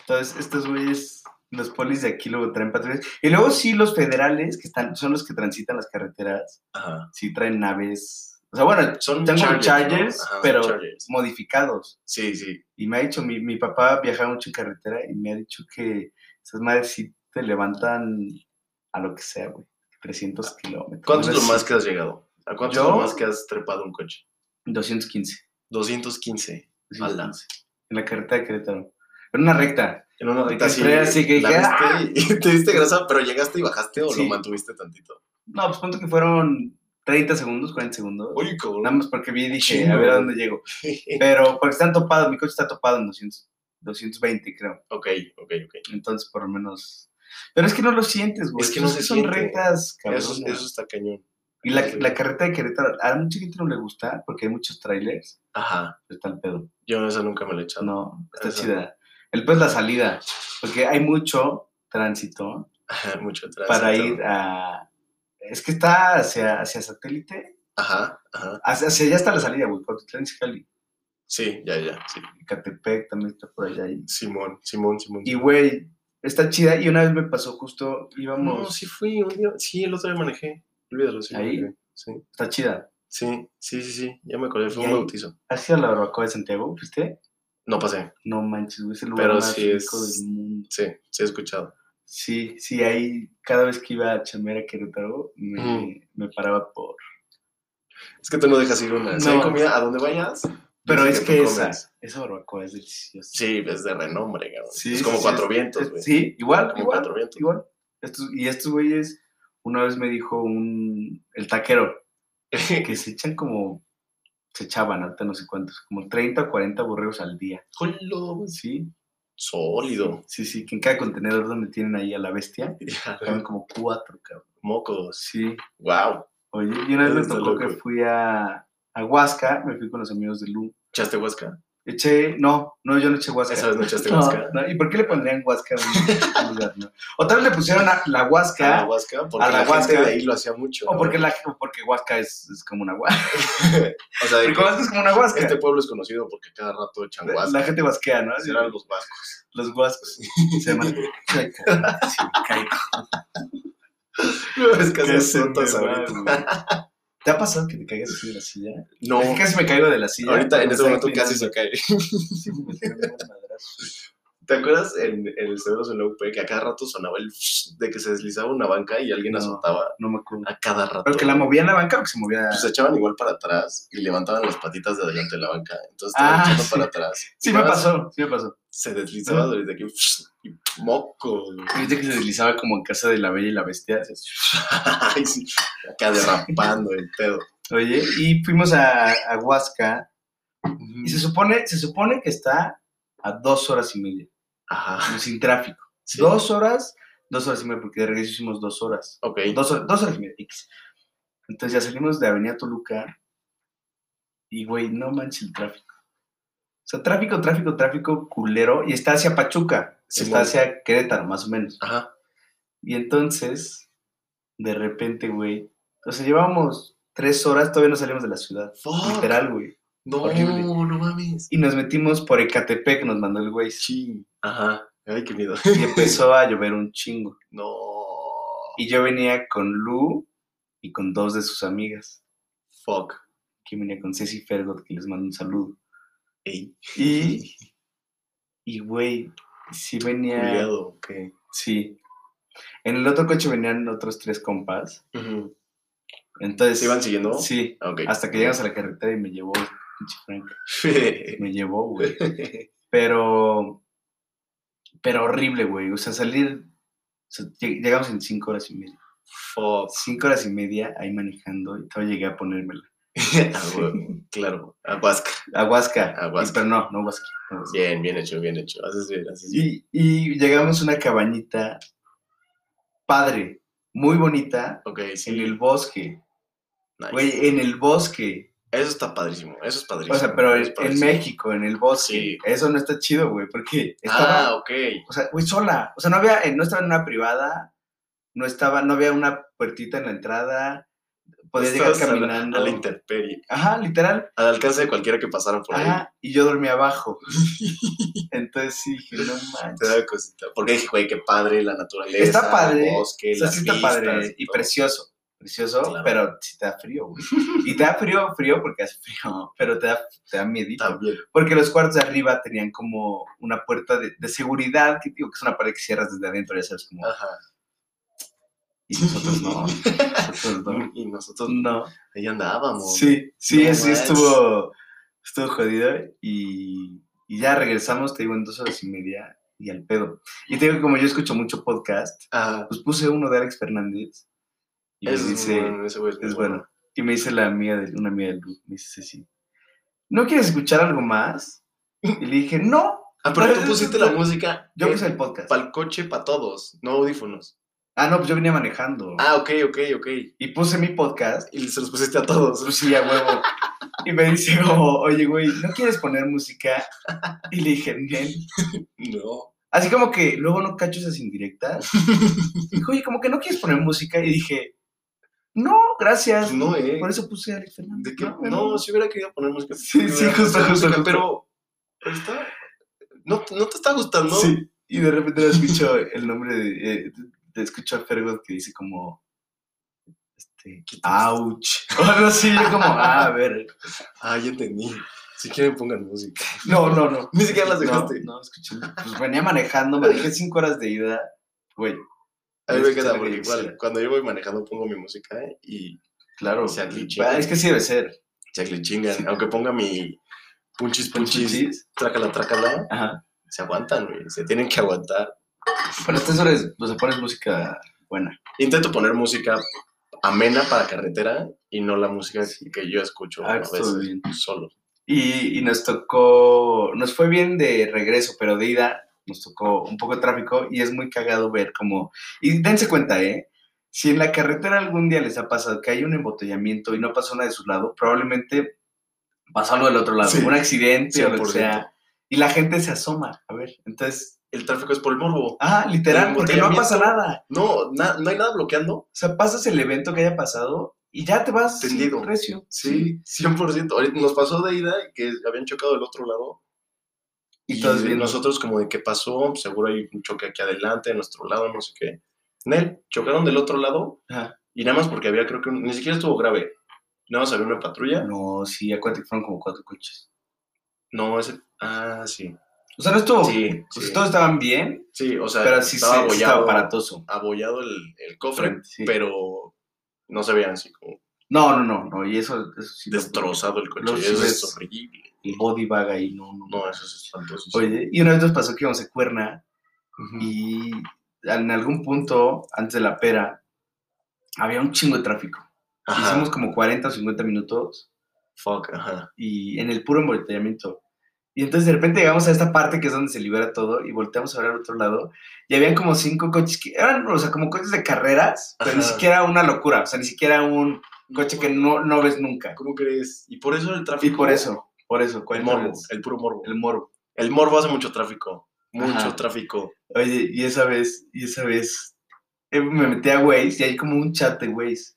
[SPEAKER 1] Entonces, estos güeyes, los polis de aquí luego traen patrullas. Y luego sí, los federales, que están, son los que transitan las carreteras,
[SPEAKER 2] Ajá.
[SPEAKER 1] sí traen naves. O O sea, bueno,
[SPEAKER 2] Son
[SPEAKER 1] tengo
[SPEAKER 2] Chargers,
[SPEAKER 1] Chargers,
[SPEAKER 2] ¿no? Ajá,
[SPEAKER 1] pero
[SPEAKER 2] Chargers.
[SPEAKER 1] modificados.
[SPEAKER 2] Sí, sí.
[SPEAKER 1] Y me ha dicho, mi, mi papá viajaba mucho en carretera y me ha dicho que esas madres sí te levantan a lo que sea, güey. 300 kilómetros.
[SPEAKER 2] ¿Cuánto es lo
[SPEAKER 1] Entonces,
[SPEAKER 2] más que has llegado? ¿A cuánto es
[SPEAKER 1] ¿Yo?
[SPEAKER 2] lo más que has trepado un coche?
[SPEAKER 1] 215.
[SPEAKER 2] 215. Ala.
[SPEAKER 1] 215. En la carretera de Querétaro. En una recta.
[SPEAKER 2] En una
[SPEAKER 1] De
[SPEAKER 2] recta
[SPEAKER 1] que
[SPEAKER 2] así.
[SPEAKER 1] entré así que
[SPEAKER 2] la
[SPEAKER 1] dije,
[SPEAKER 2] viste y *laughs* te diste grasa, pero llegaste y bajaste o lo
[SPEAKER 1] Sí.
[SPEAKER 2] mantuviste tantito.
[SPEAKER 1] No, pues cuánto que fueron 30 segundos, 40 segundos.
[SPEAKER 2] Oye, cabrón.
[SPEAKER 1] Nada más porque vi y dije,
[SPEAKER 2] Chingo.
[SPEAKER 1] a ver a dónde
[SPEAKER 2] *laughs*
[SPEAKER 1] llego. Pero porque están topados, mi coche está topado en 200, 220, creo.
[SPEAKER 2] ok, ok, ok.
[SPEAKER 1] Entonces, por lo menos. Pero es que no lo sientes, güey.
[SPEAKER 2] Es que no
[SPEAKER 1] Entonces,
[SPEAKER 2] se
[SPEAKER 1] Son
[SPEAKER 2] siente.
[SPEAKER 1] rectas, cabrón.
[SPEAKER 2] Eso, eso está cañón.
[SPEAKER 1] Y la, la carretera de Querétaro, a mucha gente no le gusta porque hay muchos trailers.
[SPEAKER 2] Ajá.
[SPEAKER 1] pero Está el pedo.
[SPEAKER 2] Yo esa nunca me la he echado.
[SPEAKER 1] No, está
[SPEAKER 2] Eso.
[SPEAKER 1] chida. El pedo es la salida, porque hay mucho tránsito
[SPEAKER 2] Ajá, *laughs* Mucho atrás.
[SPEAKER 1] para ir a. Es que está hacia, hacia satélite.
[SPEAKER 2] Ajá, ajá.
[SPEAKER 1] Hacia, hacia allá está la salida, güey. Cuautitlán Izcalli.
[SPEAKER 2] Sí, ya, ya. Sí.
[SPEAKER 1] Catepec también está por allá. Y,
[SPEAKER 2] Simón, Simón, Simón.
[SPEAKER 1] y, güey, está chida. Y una vez me pasó justo, íbamos.
[SPEAKER 2] No, sí fui un día. Sí, el otro día manejé. Olvídalo, sí.
[SPEAKER 1] Ahí.
[SPEAKER 2] manejé. Sí.
[SPEAKER 1] Está chida.
[SPEAKER 2] sí, sí, sí, sí. Ya me acordé, fue
[SPEAKER 1] Y
[SPEAKER 2] un
[SPEAKER 1] ahí-
[SPEAKER 2] bautizo.
[SPEAKER 1] ¿Has ido a la barbacoa de Santiago? ¿Fuiste?
[SPEAKER 2] No pasé.
[SPEAKER 1] No manches, güey. Es el lugar
[SPEAKER 2] Pero
[SPEAKER 1] más
[SPEAKER 2] sí
[SPEAKER 1] rico
[SPEAKER 2] es-
[SPEAKER 1] del mundo.
[SPEAKER 2] Sí, sí he escuchado.
[SPEAKER 1] Sí, sí, ahí cada vez que iba a chambear a Querétaro me,
[SPEAKER 2] Ujú.
[SPEAKER 1] me paraba por...
[SPEAKER 2] Es que tú no dejas ir una. Si
[SPEAKER 1] No.
[SPEAKER 2] hay comida, a donde vayas.
[SPEAKER 1] Pero
[SPEAKER 2] dices
[SPEAKER 1] es que
[SPEAKER 2] tú
[SPEAKER 1] esa,
[SPEAKER 2] comes.
[SPEAKER 1] esa barbacoa es deliciosa.
[SPEAKER 2] Sí, es de renombre, cabrón.
[SPEAKER 1] Sí,
[SPEAKER 2] es como
[SPEAKER 1] sí,
[SPEAKER 2] cuatro
[SPEAKER 1] es-
[SPEAKER 2] vientos,
[SPEAKER 1] es-
[SPEAKER 2] güey.
[SPEAKER 1] Sí, igual,
[SPEAKER 2] Como
[SPEAKER 1] igual,
[SPEAKER 2] cuatro vientos.
[SPEAKER 1] igual. Estos, y estos güeyes, una vez me dijo un, el taquero, que se echan como, se echaban, ahorita no sé cuántos, como 30 o 40 borreos al día.
[SPEAKER 2] *laughs* Jolo,
[SPEAKER 1] Sí,
[SPEAKER 2] Sólido. *laughs*
[SPEAKER 1] sí, sí, que en cada contenedor donde tienen ahí a la bestia, eran como cuatro, cabrón.
[SPEAKER 2] Mocos.
[SPEAKER 1] Sí,
[SPEAKER 2] Wow.
[SPEAKER 1] Oye, y una vez me
[SPEAKER 2] Está
[SPEAKER 1] tocó
[SPEAKER 2] loco.
[SPEAKER 1] que fui a, a Huasca, me fui con los amigos de Lu.
[SPEAKER 2] ¿Echaste huasca?
[SPEAKER 1] Eché, no, no, yo no eché Huasca.
[SPEAKER 2] Esa vez no
[SPEAKER 1] *laughs*
[SPEAKER 2] echaste
[SPEAKER 1] No,
[SPEAKER 2] huasca.
[SPEAKER 1] no, ¿Y por qué le pondrían Huasca a un- un lugar? no? O tal vez le pusieron a la Huasca,
[SPEAKER 2] A la Ah, huasca, porque
[SPEAKER 1] A la
[SPEAKER 2] la, gente
[SPEAKER 1] huasca.
[SPEAKER 2] de ahí lo hacía mucho.
[SPEAKER 1] o
[SPEAKER 2] ¿no?
[SPEAKER 1] porque, la, o porque Huasca es, es como una Huasca.
[SPEAKER 2] O sea, de
[SPEAKER 1] Porque
[SPEAKER 2] que
[SPEAKER 1] Huasca es como una Huasca.
[SPEAKER 2] este pueblo es conocido porque cada rato echan
[SPEAKER 1] La-
[SPEAKER 2] huasca.
[SPEAKER 1] la gente vasquea, ¿no?
[SPEAKER 2] Así eran los
[SPEAKER 1] *laughs*
[SPEAKER 2] vascos.
[SPEAKER 1] Los huascos. Se llaman caico. Sí, caico.
[SPEAKER 2] es que
[SPEAKER 1] Que
[SPEAKER 2] haces
[SPEAKER 1] se me
[SPEAKER 2] tontas
[SPEAKER 1] va,
[SPEAKER 2] ahorita.
[SPEAKER 1] güey. ¿Te ha pasado que te caigas así de la silla?
[SPEAKER 2] No,
[SPEAKER 1] Es que casi me caigo de la silla.
[SPEAKER 2] ahorita en
[SPEAKER 1] Me
[SPEAKER 2] este
[SPEAKER 1] estaba
[SPEAKER 2] momento casi se cae.
[SPEAKER 1] inclinando. Sí, me metí un madrazo.
[SPEAKER 2] ¿Te acuerdas en, en el cerebro en la UP que a cada rato sonaba el de que se deslizaba una banca y alguien
[SPEAKER 1] No.
[SPEAKER 2] azotaba
[SPEAKER 1] No me acuerdo.
[SPEAKER 2] a cada rato?
[SPEAKER 1] Pero que la movía en la banca o que se movía.
[SPEAKER 2] Pues se echaban igual para atrás y levantaban las patitas de adelante de la banca. Entonces
[SPEAKER 1] Ah,
[SPEAKER 2] estaban echando
[SPEAKER 1] sí.
[SPEAKER 2] para atrás.
[SPEAKER 1] Sí
[SPEAKER 2] Y
[SPEAKER 1] me
[SPEAKER 2] nada más
[SPEAKER 1] pasó, sí me pasó.
[SPEAKER 2] Se deslizaba desde aquí y moco. güey. *laughs*
[SPEAKER 1] Viste que se deslizaba como en casa de la bella y la bestia. así.
[SPEAKER 2] Ay, sí. Acá derrapando el pedo.
[SPEAKER 1] Oye, y fuimos a, a Huasca y se supone, se supone que está a dos horas y media,
[SPEAKER 2] Ajá.
[SPEAKER 1] como sin tráfico.
[SPEAKER 2] Sí.
[SPEAKER 1] Dos horas, dos horas y media, porque de regreso hicimos dos horas.
[SPEAKER 2] Ok.
[SPEAKER 1] Dos, horas- dos horas y media, X. Entonces ya salimos de Avenida Toluca y, güey, no manches el tráfico. O sea, tráfico, tráfico, tráfico culero y está hacia Pachuca,
[SPEAKER 2] Simón.
[SPEAKER 1] está hacia Querétaro, más o menos.
[SPEAKER 2] Ajá.
[SPEAKER 1] Y entonces, de repente, güey, o sea, llevábamos tres horas, todavía no salimos de la ciudad.
[SPEAKER 2] Fuck.
[SPEAKER 1] Literal, güey.
[SPEAKER 2] No,
[SPEAKER 1] Horrible.
[SPEAKER 2] no mames.
[SPEAKER 1] Y nos metimos por Ecatepec, nos mandó el güey.
[SPEAKER 2] Sí. Ajá. Ay, qué miedo. *laughs*
[SPEAKER 1] Y empezó a llover un chingo.
[SPEAKER 2] No.
[SPEAKER 1] Y yo venía con Lu y con dos de sus amigas.
[SPEAKER 2] Fuck.
[SPEAKER 1] Que venía con Ceci Fergot, que les mando un saludo.
[SPEAKER 2] Ey,
[SPEAKER 1] Y, y güey, sí venía.
[SPEAKER 2] cuidado, ok.
[SPEAKER 1] Sí. En el otro coche venían otros tres compas. Entonces.
[SPEAKER 2] ¿Se iban siguiendo?
[SPEAKER 1] Sí.
[SPEAKER 2] Ok.
[SPEAKER 1] Hasta que
[SPEAKER 2] *laughs*
[SPEAKER 1] llegamos a la carretera y me llevó el pinche Frank. Me llevó, güey.
[SPEAKER 2] sí,
[SPEAKER 1] Pero. Pero horrible, güey. O sea, salir. o sea, lleg- llegamos en cinco horas y media.
[SPEAKER 2] Fuck.
[SPEAKER 1] Cinco horas y media ahí manejando y todavía llegué a ponérmela.
[SPEAKER 2] *laughs* Ah, bueno, claro. Ah, Aguasca.
[SPEAKER 1] Aguasca.
[SPEAKER 2] Aguasca.
[SPEAKER 1] Y- Pero no, no Aguasca. no Aguasca.
[SPEAKER 2] Bien, bien hecho, bien hecho. Haces bien, haces bien.
[SPEAKER 1] Y, y llegamos a una cabañita padre, muy bonita,
[SPEAKER 2] Ok, sí.
[SPEAKER 1] en el bosque.
[SPEAKER 2] nice.
[SPEAKER 1] Güey, en el bosque.
[SPEAKER 2] Eso está padrísimo, eso es padrísimo.
[SPEAKER 1] O sea, pero
[SPEAKER 2] es
[SPEAKER 1] en, en
[SPEAKER 2] padrísimo.
[SPEAKER 1] México, en el bosque.
[SPEAKER 2] Sí.
[SPEAKER 1] Eso no está chido, güey, porque estaba
[SPEAKER 2] Ah, ok.
[SPEAKER 1] O sea, güey, sola. O sea, no había, eh, no estaba en una privada, no estaba, no había una puertita en la entrada. Podía llegar
[SPEAKER 2] Estabas a la-
[SPEAKER 1] caminando.
[SPEAKER 2] A la, intemperie,
[SPEAKER 1] Ajá, literal.
[SPEAKER 2] al alcance de cualquiera que pasara por ahí.
[SPEAKER 1] Ajá, y yo dormía
[SPEAKER 2] *laughs*
[SPEAKER 1] abajo. Entonces sí, dije, no
[SPEAKER 2] Te
[SPEAKER 1] manches.
[SPEAKER 2] da cosita. Porque dije, güey, qué padre la naturaleza.
[SPEAKER 1] Está padre.
[SPEAKER 2] El bosque,
[SPEAKER 1] O sea,
[SPEAKER 2] las
[SPEAKER 1] sí está
[SPEAKER 2] vistas
[SPEAKER 1] padre y
[SPEAKER 2] todo.
[SPEAKER 1] precioso. precioso,
[SPEAKER 2] Claro.
[SPEAKER 1] pero sí te da frío, güey. Y te da frío, frío porque hace frío, pero te da, te da miedito.
[SPEAKER 2] También.
[SPEAKER 1] Porque los cuartos de arriba tenían como una puerta de, de seguridad, que digo que es una pared que cierras desde adentro, ya sabes, como...
[SPEAKER 2] Ajá.
[SPEAKER 1] Y nosotros no, nosotros
[SPEAKER 2] *laughs*
[SPEAKER 1] no.
[SPEAKER 2] Y nosotros
[SPEAKER 1] No.
[SPEAKER 2] ahí andábamos.
[SPEAKER 1] Mm. Sí, sí,
[SPEAKER 2] No
[SPEAKER 1] sí,
[SPEAKER 2] manches.
[SPEAKER 1] estuvo, estuvo jodido y, y ya regresamos, te digo, en dos horas y media y al pedo. Y te digo, como yo escucho mucho podcast,
[SPEAKER 2] Ajá.
[SPEAKER 1] pues puse uno de Alex Fernández y me
[SPEAKER 2] Ese es muy
[SPEAKER 1] dice,
[SPEAKER 2] bueno, ese güey es muy
[SPEAKER 1] es bueno, y me dice la amiga de, una amiga de Luz, me dice Ceci, ¿no quieres escuchar algo más? Y le dije, no,
[SPEAKER 2] Ah, pero tú pusiste la música.
[SPEAKER 1] yo puse el podcast.
[SPEAKER 2] Para el coche, para todos, no audífonos.
[SPEAKER 1] Ah, no, pues yo venía manejando
[SPEAKER 2] Ah, ok, ok, ok.
[SPEAKER 1] y puse mi podcast
[SPEAKER 2] Y se los pusiste a todos.
[SPEAKER 1] Pues sí, a huevo. Y me dice como, oye, güey, ¿no quieres poner música? Y le dije, "Nen".
[SPEAKER 2] No.
[SPEAKER 1] Así como que luego no cacho esas *laughs* indirectas. Dijo, oye, como que no quieres poner música. Y dije, Pues no, gracias.
[SPEAKER 2] No, eh.
[SPEAKER 1] Por eso puse a Alex Fernández.
[SPEAKER 2] De que, no,
[SPEAKER 1] me mames.
[SPEAKER 2] si hubiera querido poner música.
[SPEAKER 1] Sí, sí,
[SPEAKER 2] hubiera
[SPEAKER 1] justo,
[SPEAKER 2] puesto
[SPEAKER 1] justo,
[SPEAKER 2] música,
[SPEAKER 1] justo.
[SPEAKER 2] Pero, pero está- no, no te está gustando.
[SPEAKER 1] Sí. Y de repente le escucho el nombre de... eh, te escucho a Fergus que dice como... Este, ouch. *laughs* O algo así, yo como, ah, a ver.
[SPEAKER 2] Ah, ya entendí. Si quieren, pongan música.
[SPEAKER 1] No, no, no.
[SPEAKER 2] Ni siquiera las
[SPEAKER 1] No,
[SPEAKER 2] dejaste.
[SPEAKER 1] No, escuché. Pues venía manejando, manejé cinco horas de ida. Güey,
[SPEAKER 2] A
[SPEAKER 1] Voy
[SPEAKER 2] mí
[SPEAKER 1] a
[SPEAKER 2] me queda
[SPEAKER 1] escuchar lo
[SPEAKER 2] porque
[SPEAKER 1] que
[SPEAKER 2] igual,
[SPEAKER 1] quisiera.
[SPEAKER 2] cuando yo voy manejando, pongo mi música eh, y
[SPEAKER 1] claro.
[SPEAKER 2] Sea cliché.
[SPEAKER 1] Ah, es que sí debe ser.
[SPEAKER 2] se le chingan. Aunque ponga mi punchis, punchis,
[SPEAKER 1] Punchis.
[SPEAKER 2] trácala, trácala,
[SPEAKER 1] Ajá.
[SPEAKER 2] se aguantan, güey. Se tienen que aguantar.
[SPEAKER 1] Pero a estas horas, pues pones música buena.
[SPEAKER 2] Intento poner música amena para carretera y no la música que yo escucho
[SPEAKER 1] Ah,
[SPEAKER 2] a
[SPEAKER 1] estuvo
[SPEAKER 2] veces
[SPEAKER 1] bien.
[SPEAKER 2] solo.
[SPEAKER 1] Y, y nos tocó, nos fue bien de regreso, pero de ida nos tocó un poco de tráfico y es muy cagado ver como... Y dense cuenta, ¿eh? Si en la carretera algún día les ha pasado que hay un embotellamiento y no pasó nada de su lado, probablemente pasó algo del otro lado,
[SPEAKER 2] Sí.
[SPEAKER 1] un accidente o lo que
[SPEAKER 2] 100%.
[SPEAKER 1] sea. Y la gente se asoma, a ver. Entonces,
[SPEAKER 2] El tráfico es por el morbo.
[SPEAKER 1] ah, literal,
[SPEAKER 2] El
[SPEAKER 1] porque no
[SPEAKER 2] embotellamiento.
[SPEAKER 1] pasa nada.
[SPEAKER 2] No, na- no hay nada bloqueando.
[SPEAKER 1] O sea, pasas el evento que haya pasado y ya te vas sin
[SPEAKER 2] Tendido.
[SPEAKER 1] recio.
[SPEAKER 2] Sí, 100%. Ahorita nos pasó de ida que habían chocado del otro lado.
[SPEAKER 1] Y
[SPEAKER 2] Y,
[SPEAKER 1] todos viendo.
[SPEAKER 2] nosotros como de qué pasó, seguro hay un choque aquí adelante, a nuestro lado, no sé qué. Nel, chocaron del otro lado
[SPEAKER 1] Ajá.
[SPEAKER 2] y nada más porque había, creo que un- ni siquiera estuvo grave. Nada más había una patrulla.
[SPEAKER 1] No, sí, acuérdate que fueron como cuatro coches.
[SPEAKER 2] No, ese... Ah, sí.
[SPEAKER 1] O sea, no estuvo.
[SPEAKER 2] Sí,
[SPEAKER 1] o sea,
[SPEAKER 2] sí.
[SPEAKER 1] todos estaban bien,
[SPEAKER 2] Sí, o sea,
[SPEAKER 1] Oh, pues pero sí se,
[SPEAKER 2] estaba
[SPEAKER 1] sí estaba
[SPEAKER 2] abollado,
[SPEAKER 1] aparatoso.
[SPEAKER 2] abollado el, el cofre,
[SPEAKER 1] Sí.
[SPEAKER 2] pero no se veían así como
[SPEAKER 1] No, no, no, no, y eso, eso sí. lo-
[SPEAKER 2] destrozado el coche.
[SPEAKER 1] Los
[SPEAKER 2] eso es
[SPEAKER 1] ves.
[SPEAKER 2] horrible.
[SPEAKER 1] el body bag ahí, no, no.
[SPEAKER 2] No, eso es espantoso.
[SPEAKER 1] Oye, y una vez nos pasó que íbamos a Cuerna y en algún punto, antes de la pera, había un chingo de tráfico.
[SPEAKER 2] Ajá.
[SPEAKER 1] Hicimos como 40 o 50 minutos
[SPEAKER 2] Fuck, ajá.
[SPEAKER 1] y en el puro embotellamiento. Y entonces de repente llegamos a esta parte que es donde se libera todo y volteamos a ver al otro lado y habían como cinco coches que eran, o sea, como coches de carreras, pero ni
[SPEAKER 2] Ajá.
[SPEAKER 1] siquiera una locura, o sea, ni siquiera un coche que no, no ves nunca.
[SPEAKER 2] ¿Cómo crees? Y por eso el
[SPEAKER 1] Y
[SPEAKER 2] tráfico.
[SPEAKER 1] por eso, por eso,
[SPEAKER 2] El
[SPEAKER 1] 40
[SPEAKER 2] morbo,
[SPEAKER 1] horas.
[SPEAKER 2] el puro morbo.
[SPEAKER 1] el morbo.
[SPEAKER 2] El morbo hace mucho tráfico. Mucho
[SPEAKER 1] Ajá.
[SPEAKER 2] tráfico.
[SPEAKER 1] Oye, y esa vez, y esa vez eh, me metí a Waze y hay como un chat de Waze.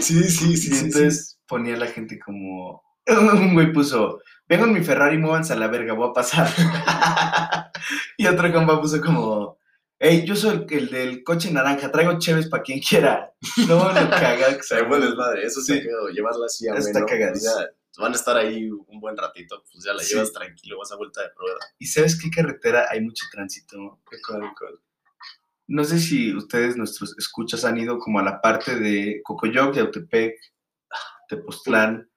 [SPEAKER 2] sí, sí,
[SPEAKER 1] Y entonces ponía la gente como. *laughs* Un güey puso: Vengo en mi Ferrari, muévanse a la verga, voy a pasar. *laughs* y otro compa puso como: Hey, yo soy el, el del coche naranja, traigo cheves para quien quiera. *laughs* No, lo caga. que
[SPEAKER 2] O sea,
[SPEAKER 1] se-
[SPEAKER 2] bueno, es madre, eso sí.
[SPEAKER 1] Sí.
[SPEAKER 2] Llevarla así a
[SPEAKER 1] Eso está cagadísimo.
[SPEAKER 2] van a estar ahí un buen ratito, pues ya la
[SPEAKER 1] Sí.
[SPEAKER 2] llevas tranquilo, vas a vuelta de rueda.
[SPEAKER 1] ¿Y sabes qué carretera hay mucho tránsito? No sé si ustedes, nuestros escuchas, han ido como a la parte de Cocoyoc, Yautepec, Tepoztlán.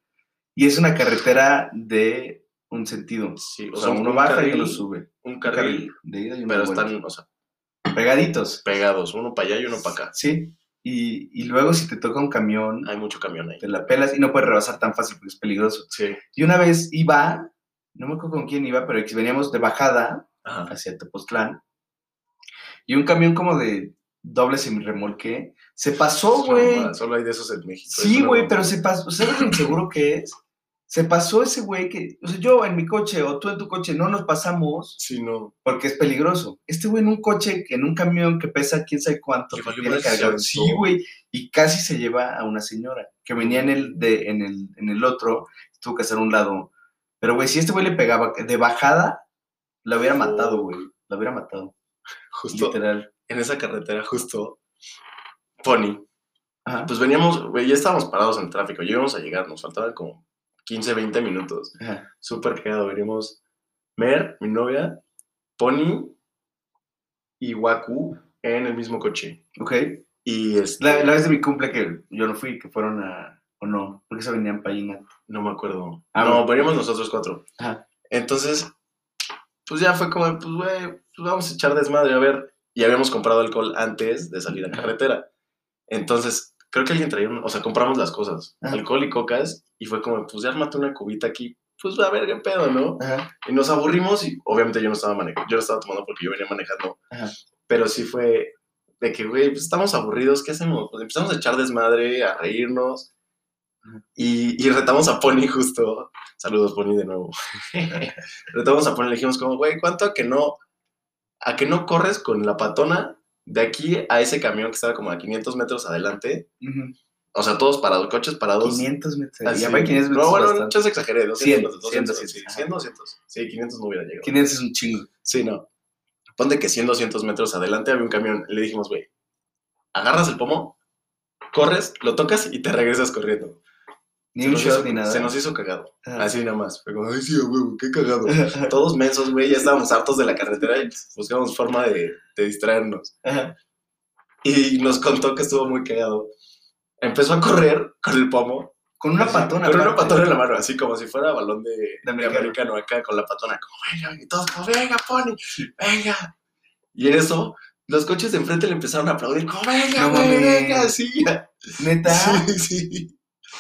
[SPEAKER 1] Y es una carretera de un sentido.
[SPEAKER 2] Sí,
[SPEAKER 1] O sea, uno baja y uno
[SPEAKER 2] sube.
[SPEAKER 1] sube.
[SPEAKER 2] Un carril,
[SPEAKER 1] de ida y uno
[SPEAKER 2] pero
[SPEAKER 1] de vuelta.
[SPEAKER 2] están, o sea,
[SPEAKER 1] pegaditos.
[SPEAKER 2] pegados, uno para allá y uno para acá. Ah.
[SPEAKER 1] Sí. Y, y luego si te toca un camión,
[SPEAKER 2] Hay mucho camión ahí.
[SPEAKER 1] te la pelas y no puedes rebasar tan fácil porque es peligroso.
[SPEAKER 2] Sí.
[SPEAKER 1] Y una vez iba, no me acuerdo con quién iba, pero que veníamos de bajada
[SPEAKER 2] Ajá.
[SPEAKER 1] hacia Tepoztlán. Y un camión como de doble semirremolque se pasó,
[SPEAKER 2] Es una
[SPEAKER 1] güey.
[SPEAKER 2] mamada, Solo hay de esos en México. es
[SPEAKER 1] Sí,
[SPEAKER 2] una
[SPEAKER 1] güey, pero
[SPEAKER 2] mamada.
[SPEAKER 1] se pasó. ¿Sabes lo inseguro que es? Se pasó ese güey que, o sea, yo en mi coche o tú en tu coche no nos pasamos
[SPEAKER 2] Sí, no.
[SPEAKER 1] porque es peligroso. Este güey en un coche, en un camión que pesa quién sabe cuánto,
[SPEAKER 2] Que
[SPEAKER 1] que
[SPEAKER 2] valió
[SPEAKER 1] viene
[SPEAKER 2] madre, se
[SPEAKER 1] cargado.
[SPEAKER 2] aventó.
[SPEAKER 1] Sí, güey. Y casi se lleva a una señora que venía en el, de, en el, en el otro, tuvo que hacer un lado. Pero, güey, si este güey le pegaba de bajada, la hubiera
[SPEAKER 2] Oh.
[SPEAKER 1] matado, güey. La hubiera matado.
[SPEAKER 2] Justo
[SPEAKER 1] Literal.
[SPEAKER 2] en esa carretera, justo. Pony. Ajá. Pues veníamos, güey, ya estábamos parados en el tráfico, ya íbamos a llegar, nos faltaban como 15, 20 minutos.
[SPEAKER 1] Ajá.
[SPEAKER 2] Súper quedado, veníamos Mer, mi novia, Pony y Waku en el mismo coche.
[SPEAKER 1] Ok.
[SPEAKER 2] Y este,
[SPEAKER 1] La, la vez de mi cumple que yo no fui, que fueron a. ¿O no? Porque se venían para
[SPEAKER 2] no me acuerdo.
[SPEAKER 1] Ah,
[SPEAKER 2] no,
[SPEAKER 1] bueno.
[SPEAKER 2] veníamos nosotros cuatro.
[SPEAKER 1] Ajá.
[SPEAKER 2] Entonces, pues ya fue como, de, pues güey, pues vamos a echar desmadre, a ver. Y habíamos comprado alcohol antes de salir a
[SPEAKER 1] Ajá.
[SPEAKER 2] carretera. Entonces, creo que alguien traía, un- o sea, compramos las cosas,
[SPEAKER 1] Ajá.
[SPEAKER 2] alcohol y cocas, y fue como, pues ya armate una cubita aquí, pues a ver qué pedo, ¿no?
[SPEAKER 1] Ajá.
[SPEAKER 2] Y nos aburrimos y obviamente yo no estaba manejando, yo no estaba tomando porque yo venía manejando.
[SPEAKER 1] Ajá.
[SPEAKER 2] Pero sí fue de que, güey, pues estamos aburridos, ¿qué hacemos? Pues empezamos a echar desmadre, a reírnos.
[SPEAKER 1] Ajá.
[SPEAKER 2] Y, y retamos a Pony justo. Saludos, Pony, de
[SPEAKER 1] *laughs*
[SPEAKER 2] nuevo. retamos a Pony, le dijimos como, güey, ¿cuánto a que no, a que no corres con la patona de aquí a ese camión que estaba como a 500 metros adelante? O sea, todos parados, coches parados.
[SPEAKER 1] 500 metros.
[SPEAKER 2] así.
[SPEAKER 1] Ya para 500 metros.
[SPEAKER 2] Ah, No,
[SPEAKER 1] es
[SPEAKER 2] bueno,
[SPEAKER 1] bastante.
[SPEAKER 2] yo se exageré, 200,
[SPEAKER 1] 100,
[SPEAKER 2] 200,
[SPEAKER 1] 100,
[SPEAKER 2] sí,
[SPEAKER 1] ajá.
[SPEAKER 2] 100, 200. Sí, 500 no hubiera llegado.
[SPEAKER 1] 500 es un chingo.
[SPEAKER 2] Sí, no. Ponte que 100, 200 metros adelante había un camión. Le dijimos, güey, agarras el pomo, corres, lo tocas y te regresas corriendo.
[SPEAKER 1] Ni un
[SPEAKER 2] Se
[SPEAKER 1] shot
[SPEAKER 2] nos hizo-
[SPEAKER 1] ni nada. Ah.
[SPEAKER 2] Se nos hizo cagado.
[SPEAKER 1] Ajá.
[SPEAKER 2] Así nada más. Fue como, ay, sí, a huevo, qué cagado.
[SPEAKER 1] *laughs*
[SPEAKER 2] *laughs* Todos mensos, güey, ya estábamos hartos de la carretera y buscábamos forma de, de distraernos.
[SPEAKER 1] Ajá.
[SPEAKER 2] Y nos contó que estuvo muy cagado. Empezó a correr con el pomo.
[SPEAKER 1] Con una
[SPEAKER 2] así,
[SPEAKER 1] patona.
[SPEAKER 2] Con una
[SPEAKER 1] aparte.
[SPEAKER 2] patona en la mano, así como si fuera balón de, de
[SPEAKER 1] americano.
[SPEAKER 2] americano. acá, con la patona. Como, venga, y todos como, venga, Pony, venga. Y en eso, los coches de enfrente le empezaron a aplaudir, como, venga,
[SPEAKER 1] No
[SPEAKER 2] güey,
[SPEAKER 1] mames.
[SPEAKER 2] venga, sí.
[SPEAKER 1] *laughs* Neta.
[SPEAKER 2] *laughs* Sí,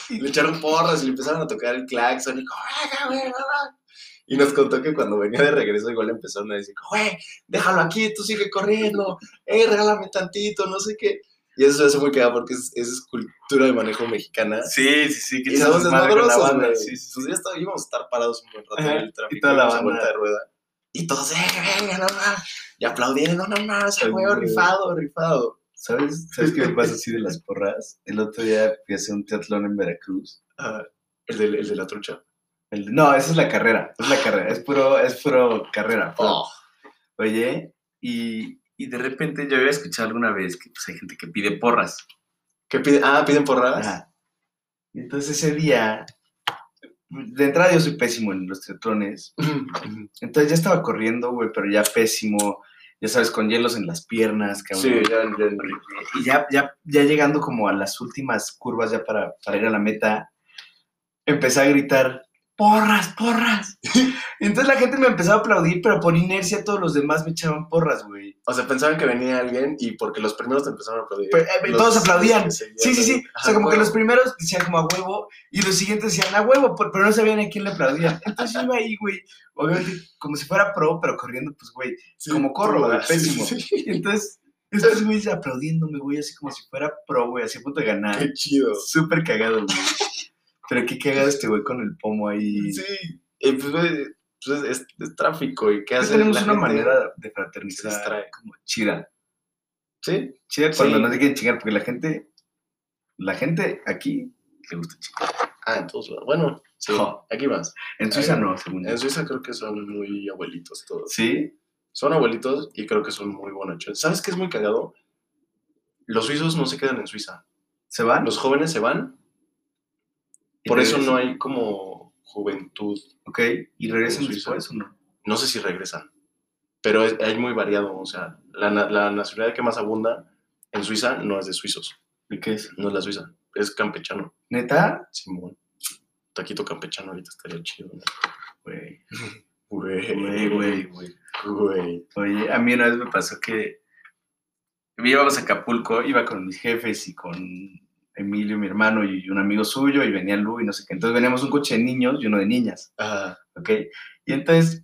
[SPEAKER 2] sí. Le echaron porras y le empezaron a tocar el claxon y como, venga, güey, bla, bla". Y nos contó que cuando venía de regreso igual le empezaron a decir, güey, déjalo aquí, tú sigue corriendo, eh, regálame tantito, no sé qué. Y eso se hace muy cagado porque es, es cultura de manejo mexicana.
[SPEAKER 1] Sí, sí, sí.
[SPEAKER 2] Y somos desmadrosos, güey.
[SPEAKER 1] Sí, sí,
[SPEAKER 2] Pues ya está- íbamos a estar parados un buen rato
[SPEAKER 1] Ajá,
[SPEAKER 2] en el tráfico.
[SPEAKER 1] y toda la
[SPEAKER 2] íbamos a
[SPEAKER 1] banda.
[SPEAKER 2] vuelta de rueda. Y todos, eh, venga, no más. Y aplaudiendo, no más, ese
[SPEAKER 1] Sí,
[SPEAKER 2] huevo
[SPEAKER 1] güey.
[SPEAKER 2] rifado, rifado.
[SPEAKER 1] ¿Sabes? ¿Sabes qué me pasa así de las porras? El otro día fui a hacer un triatlón en Veracruz.
[SPEAKER 2] Ah, el, de, el de la trucha.
[SPEAKER 1] El de- no, esa es la carrera. Es la carrera. Es puro, es puro carrera. puro.
[SPEAKER 2] Oh,
[SPEAKER 1] Oye, y, y de repente yo había escuchado alguna vez que pues, hay gente que pide porras.
[SPEAKER 2] ¿Qué piden? Ah, piden porradas. *laughs*
[SPEAKER 1] Ajá. Y Entonces ese día, de entrada yo soy pésimo en los triatlones. Entonces ya estaba corriendo, güey, pero ya pésimo. Ya sabes, con hielos en las piernas, cabrón.
[SPEAKER 2] sí, ya, ya.
[SPEAKER 1] Y ya, ya, ya llegando como a las últimas curvas ya para, para ir a la meta, empecé a gritar, porras,
[SPEAKER 2] *laughs*
[SPEAKER 1] porras. Y entonces la gente me empezó a aplaudir, pero por inercia todos los demás me echaban porras, güey.
[SPEAKER 2] O sea, pensaban que venía alguien y porque los primeros te empezaron a aplaudir.
[SPEAKER 1] Pero, eh,
[SPEAKER 2] Los-
[SPEAKER 1] todos aplaudían.
[SPEAKER 2] los que seguían,
[SPEAKER 1] Sí, sí, sí. O sea,
[SPEAKER 2] Ajá,
[SPEAKER 1] como que
[SPEAKER 2] huevo.
[SPEAKER 1] los primeros decían como a huevo y los siguientes decían a huevo, por- pero no sabían a quién le aplaudían. Entonces yo iba ahí, güey, obviamente como si fuera pro, pero corriendo, pues, güey.
[SPEAKER 2] Sí,
[SPEAKER 1] como corro, güey,
[SPEAKER 2] porradas.
[SPEAKER 1] pésimo.
[SPEAKER 2] Sí,
[SPEAKER 1] Y entonces, estos güeyes aplaudiéndome, güey, así como si fuera pro, güey, así a punto de ganar.
[SPEAKER 2] *laughs* Qué chido.
[SPEAKER 1] Súper cagado,
[SPEAKER 2] *laughs*
[SPEAKER 1] güey. Pero qué cagado este güey con el pomo ahí.
[SPEAKER 2] Sí. Eh, pues, güey, pues, es, es tráfico y qué
[SPEAKER 1] Ya
[SPEAKER 2] hace
[SPEAKER 1] tenemos una
[SPEAKER 2] la gente?
[SPEAKER 1] manera de
[SPEAKER 2] se
[SPEAKER 1] fraternizar
[SPEAKER 2] distrae.
[SPEAKER 1] como chida.
[SPEAKER 2] Sí,
[SPEAKER 1] Chida cuando
[SPEAKER 2] Sí.
[SPEAKER 1] no te quieren chingar, porque la gente, la gente aquí le gusta chingar.
[SPEAKER 2] Ah, entonces, bueno, sí,
[SPEAKER 1] Ajá.
[SPEAKER 2] aquí más.
[SPEAKER 1] En Suiza
[SPEAKER 2] Ahí.
[SPEAKER 1] no, según yo.
[SPEAKER 2] En Suiza creo que son muy abuelitos todos.
[SPEAKER 1] Sí,
[SPEAKER 2] Son abuelitos y creo que son muy bonachos. ¿Sabes qué es muy cagado? Los suizos no se quedan en Suiza.
[SPEAKER 1] se van.
[SPEAKER 2] Los jóvenes se van,
[SPEAKER 1] y
[SPEAKER 2] por eso
[SPEAKER 1] regresan.
[SPEAKER 2] no hay como juventud.
[SPEAKER 1] Ok, ¿y regresan
[SPEAKER 2] en Suiza.
[SPEAKER 1] después o no?
[SPEAKER 2] No sé si regresan, pero es, hay muy variado. O sea, la, na- la nacionalidad que más abunda en Suiza no es de suizos,
[SPEAKER 1] ¿Y qué es?
[SPEAKER 2] no es la suiza, es campechano.
[SPEAKER 1] ¿Neta?
[SPEAKER 2] Simón, taquito campechano ahorita estaría chido. ¿no?
[SPEAKER 1] Güey,
[SPEAKER 2] Güey,
[SPEAKER 1] güey, güey, güey.
[SPEAKER 2] güey.
[SPEAKER 1] Oye, a mí una vez me pasó que me íbamos a Acapulco, iba con mis jefes y con Emilio, mi hermano, y un amigo suyo, y venía Lu y no sé qué. Entonces veníamos un coche de niños y uno de niñas,
[SPEAKER 2] Ah,
[SPEAKER 1] ¿ok? Y entonces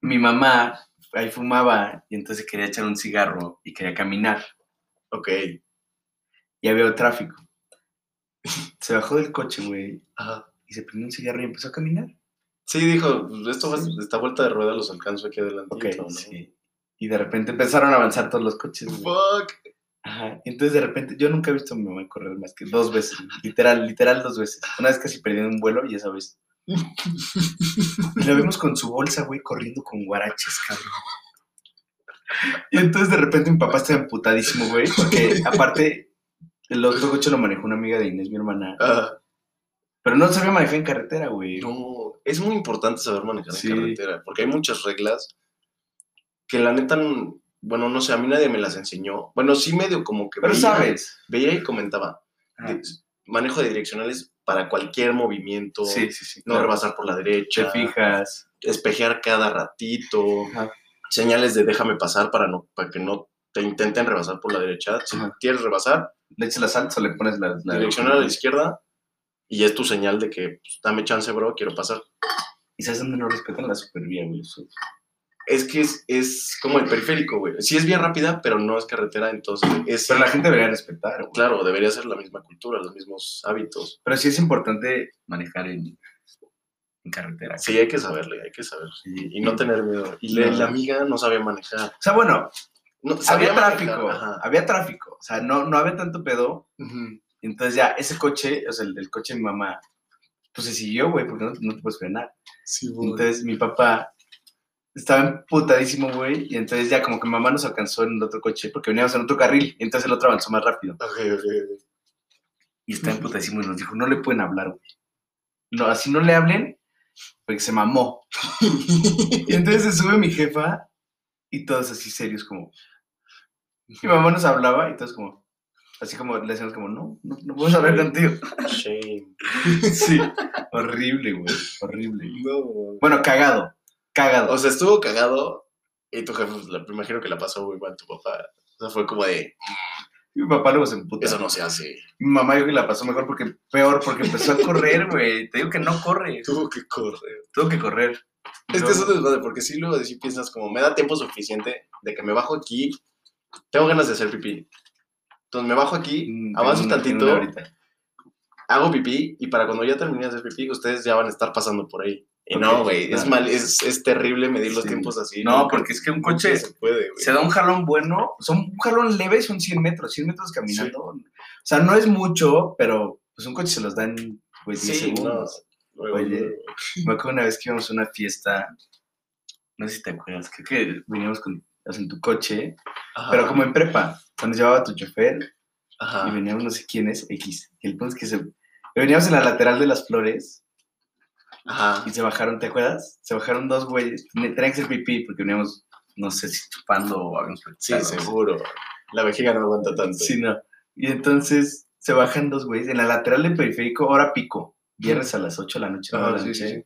[SPEAKER 1] mi mamá ahí fumaba y entonces quería echar un cigarro y quería caminar
[SPEAKER 2] ok.
[SPEAKER 1] y había tráfico. *laughs* Se bajó del coche, güey,
[SPEAKER 2] Ajá.
[SPEAKER 1] y se prendió un cigarro y empezó a caminar.
[SPEAKER 2] Sí, dijo, pues, esto va-
[SPEAKER 1] Sí.
[SPEAKER 2] esta vuelta de rueda los alcanzo aquí adelante.
[SPEAKER 1] Ok, sí. Y de repente empezaron a avanzar todos los coches. güey.
[SPEAKER 2] Fuck.
[SPEAKER 1] Ajá. Entonces de repente, yo nunca he visto a mi mamá correr más que dos veces. Literal, literal dos veces. Una vez casi perdí un vuelo y esa vez. Y la vemos con su bolsa, güey, corriendo con guaraches, cabrón. Y entonces de repente mi papá está emputadísimo, güey, porque aparte El otro coche lo manejó una amiga de Inés, mi hermana.
[SPEAKER 2] Ah,
[SPEAKER 1] Pero no sabía manejar en carretera, güey.
[SPEAKER 2] no, es muy importante saber manejar
[SPEAKER 1] Sí.
[SPEAKER 2] en carretera, porque hay muchas reglas que la neta, n- bueno, no sé, a mí nadie me las enseñó. Bueno, sí medio como que
[SPEAKER 1] Pero
[SPEAKER 2] veía-
[SPEAKER 1] sabes.
[SPEAKER 2] veía y comentaba.
[SPEAKER 1] Ajá.
[SPEAKER 2] De- manejo de direccionales para cualquier movimiento,
[SPEAKER 1] Sí, sí, sí.
[SPEAKER 2] no
[SPEAKER 1] claro.
[SPEAKER 2] rebasar por la
[SPEAKER 1] Te
[SPEAKER 2] derecha,
[SPEAKER 1] fijas.
[SPEAKER 2] espejear cada ratito,
[SPEAKER 1] Ajá.
[SPEAKER 2] señales de déjame pasar para, no, para que no te intenten rebasar por la derecha. Si
[SPEAKER 1] Ajá.
[SPEAKER 2] quieres rebasar,
[SPEAKER 1] Le echas la salsa o le pones la. la
[SPEAKER 2] direccional a la izquierda y es tu señal de que pues, dame chance, bro, quiero pasar.
[SPEAKER 1] ¿Y sabes dónde no respetan la supervía, güey? Eso-
[SPEAKER 2] Es que es, es como el periférico, güey. Sí es vía rápida, pero no es carretera, entonces es...
[SPEAKER 1] Pero la gente debería respetar, güey.
[SPEAKER 2] Claro, debería ser la misma cultura, los mismos hábitos.
[SPEAKER 1] Pero sí es importante manejar en, en carretera.
[SPEAKER 2] Sí, hay que saberle, hay que saber. Y no tener miedo. Y
[SPEAKER 1] No.
[SPEAKER 2] la, la amiga no sabía manejar.
[SPEAKER 1] O sea, bueno,
[SPEAKER 2] No,
[SPEAKER 1] había
[SPEAKER 2] manejar,
[SPEAKER 1] tráfico.
[SPEAKER 2] ajá.
[SPEAKER 1] Había tráfico. O sea, no, no había tanto pedo.
[SPEAKER 2] Ujú.
[SPEAKER 1] Entonces ya, ese coche, o sea, el del coche de mi mamá, pues se siguió, güey, porque no, no te puedes frenar. Entonces mi papá estaba emputadísimo, güey, y entonces ya como que mi mamá nos alcanzó en el otro coche porque veníamos en otro carril, y entonces el otro avanzó más rápido.
[SPEAKER 2] Ok, ok, ok.
[SPEAKER 1] Y estaba emputadísimo y nos dijo, no le pueden hablar, güey. No, así no le hablen, porque se
[SPEAKER 2] *laughs*
[SPEAKER 1] mamó. y entonces se sube mi jefa y todos así serios como... Mi mamá nos hablaba y todos como... Así como le decíamos como, no, no, no podemos hablar contigo.
[SPEAKER 2] *laughs* Shame.
[SPEAKER 1] Sí, horrible, güey, horrible.
[SPEAKER 2] No.
[SPEAKER 1] Bueno, cagado, cagado.
[SPEAKER 2] O sea, estuvo cagado y tu jefe, pues, la- me imagino que la pasó muy mal tu papá. O sea, fue como de,
[SPEAKER 1] mi papá luego se emputa.
[SPEAKER 2] eso no se hace.
[SPEAKER 1] Mi mamá yo que la pasó mejor porque, peor, porque empezó a correr, güey. Te digo que no *laughs* corre,
[SPEAKER 2] Tuvo que correr.
[SPEAKER 1] tuvo que correr.
[SPEAKER 2] Es
[SPEAKER 1] No,
[SPEAKER 2] que eso es desmadre, porque sí luego sí piensas como, me da tiempo suficiente de que me bajo aquí, tengo ganas de hacer pipí. Entonces me bajo aquí,
[SPEAKER 1] mm,
[SPEAKER 2] avanzo un
[SPEAKER 1] tengo una- tengo una
[SPEAKER 2] tantito,
[SPEAKER 1] ahorita.
[SPEAKER 2] hago pipí y para cuando ya termine de hacer pipí, ustedes ya van a estar pasando por ahí. Y
[SPEAKER 1] Ok,
[SPEAKER 2] no, güey, es
[SPEAKER 1] claro.
[SPEAKER 2] mal, es, es terrible medir los
[SPEAKER 1] Sí.
[SPEAKER 2] tiempos así.
[SPEAKER 1] No,
[SPEAKER 2] nunca-
[SPEAKER 1] porque es que un
[SPEAKER 2] nunca
[SPEAKER 1] coche
[SPEAKER 2] se puede, güey.
[SPEAKER 1] se da un jalón bueno, son un jalón leve, son 100 metros, 100 metros caminando. O sea, no es mucho, pero pues un coche se los da en, güey, 10
[SPEAKER 2] Sí, no.
[SPEAKER 1] segundos. Oye. Me acuerdo una vez que íbamos a una fiesta, no sé si te acuerdas, creo que veníamos con, o sea, en tu coche,
[SPEAKER 2] Ajá,
[SPEAKER 1] pero como en prepa, cuando llevaba tu chofer,
[SPEAKER 2] ajá.
[SPEAKER 1] y veníamos no sé quién es, X. El punto es que se... Veníamos en la lateral de las flores
[SPEAKER 2] Ajá.
[SPEAKER 1] y se bajaron, ¿te acuerdas? Se bajaron dos güeyes. Tenían que hacer pipí porque veníamos, no sé si chupando o habíamos
[SPEAKER 2] Sí,
[SPEAKER 1] platicado.
[SPEAKER 2] seguro. La vejiga no aguanta tanto.
[SPEAKER 1] Sí, no. Y entonces se bajan dos güeyes en la lateral del periférico, hora pico. Viernes a las 8 de la noche, nueve de
[SPEAKER 2] Ah,
[SPEAKER 1] la
[SPEAKER 2] sí,
[SPEAKER 1] noche,
[SPEAKER 2] sí, sí.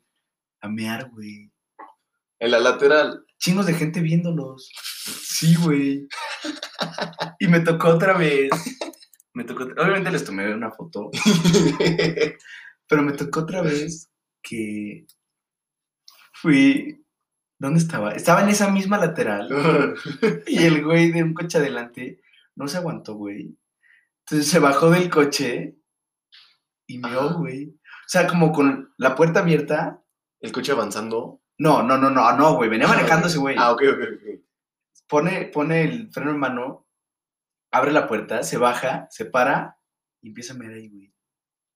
[SPEAKER 1] A mear, güey.
[SPEAKER 2] En
[SPEAKER 1] *laughs*
[SPEAKER 2] la lateral.
[SPEAKER 1] Chingos de gente viéndolos. Sí,
[SPEAKER 2] *laughs*
[SPEAKER 1] güey. Y me tocó otra vez. Me tocó. otra- Obviamente les tomé una foto. Pero me tocó otra vez que fui. ¿Dónde estaba? Estaba en esa misma lateral y el güey de un coche adelante no se aguantó, güey. Entonces se bajó del coche y
[SPEAKER 2] Ajá.
[SPEAKER 1] meó, güey. O sea, como con la puerta abierta.
[SPEAKER 2] El coche avanzando.
[SPEAKER 1] No, no, no, no, no, güey. Venía manejando ese güey.
[SPEAKER 2] Ah, ok, ok, ok.
[SPEAKER 1] Pone, pone el freno en mano, abre la puerta, se baja, se para y empieza a mear ahí, güey.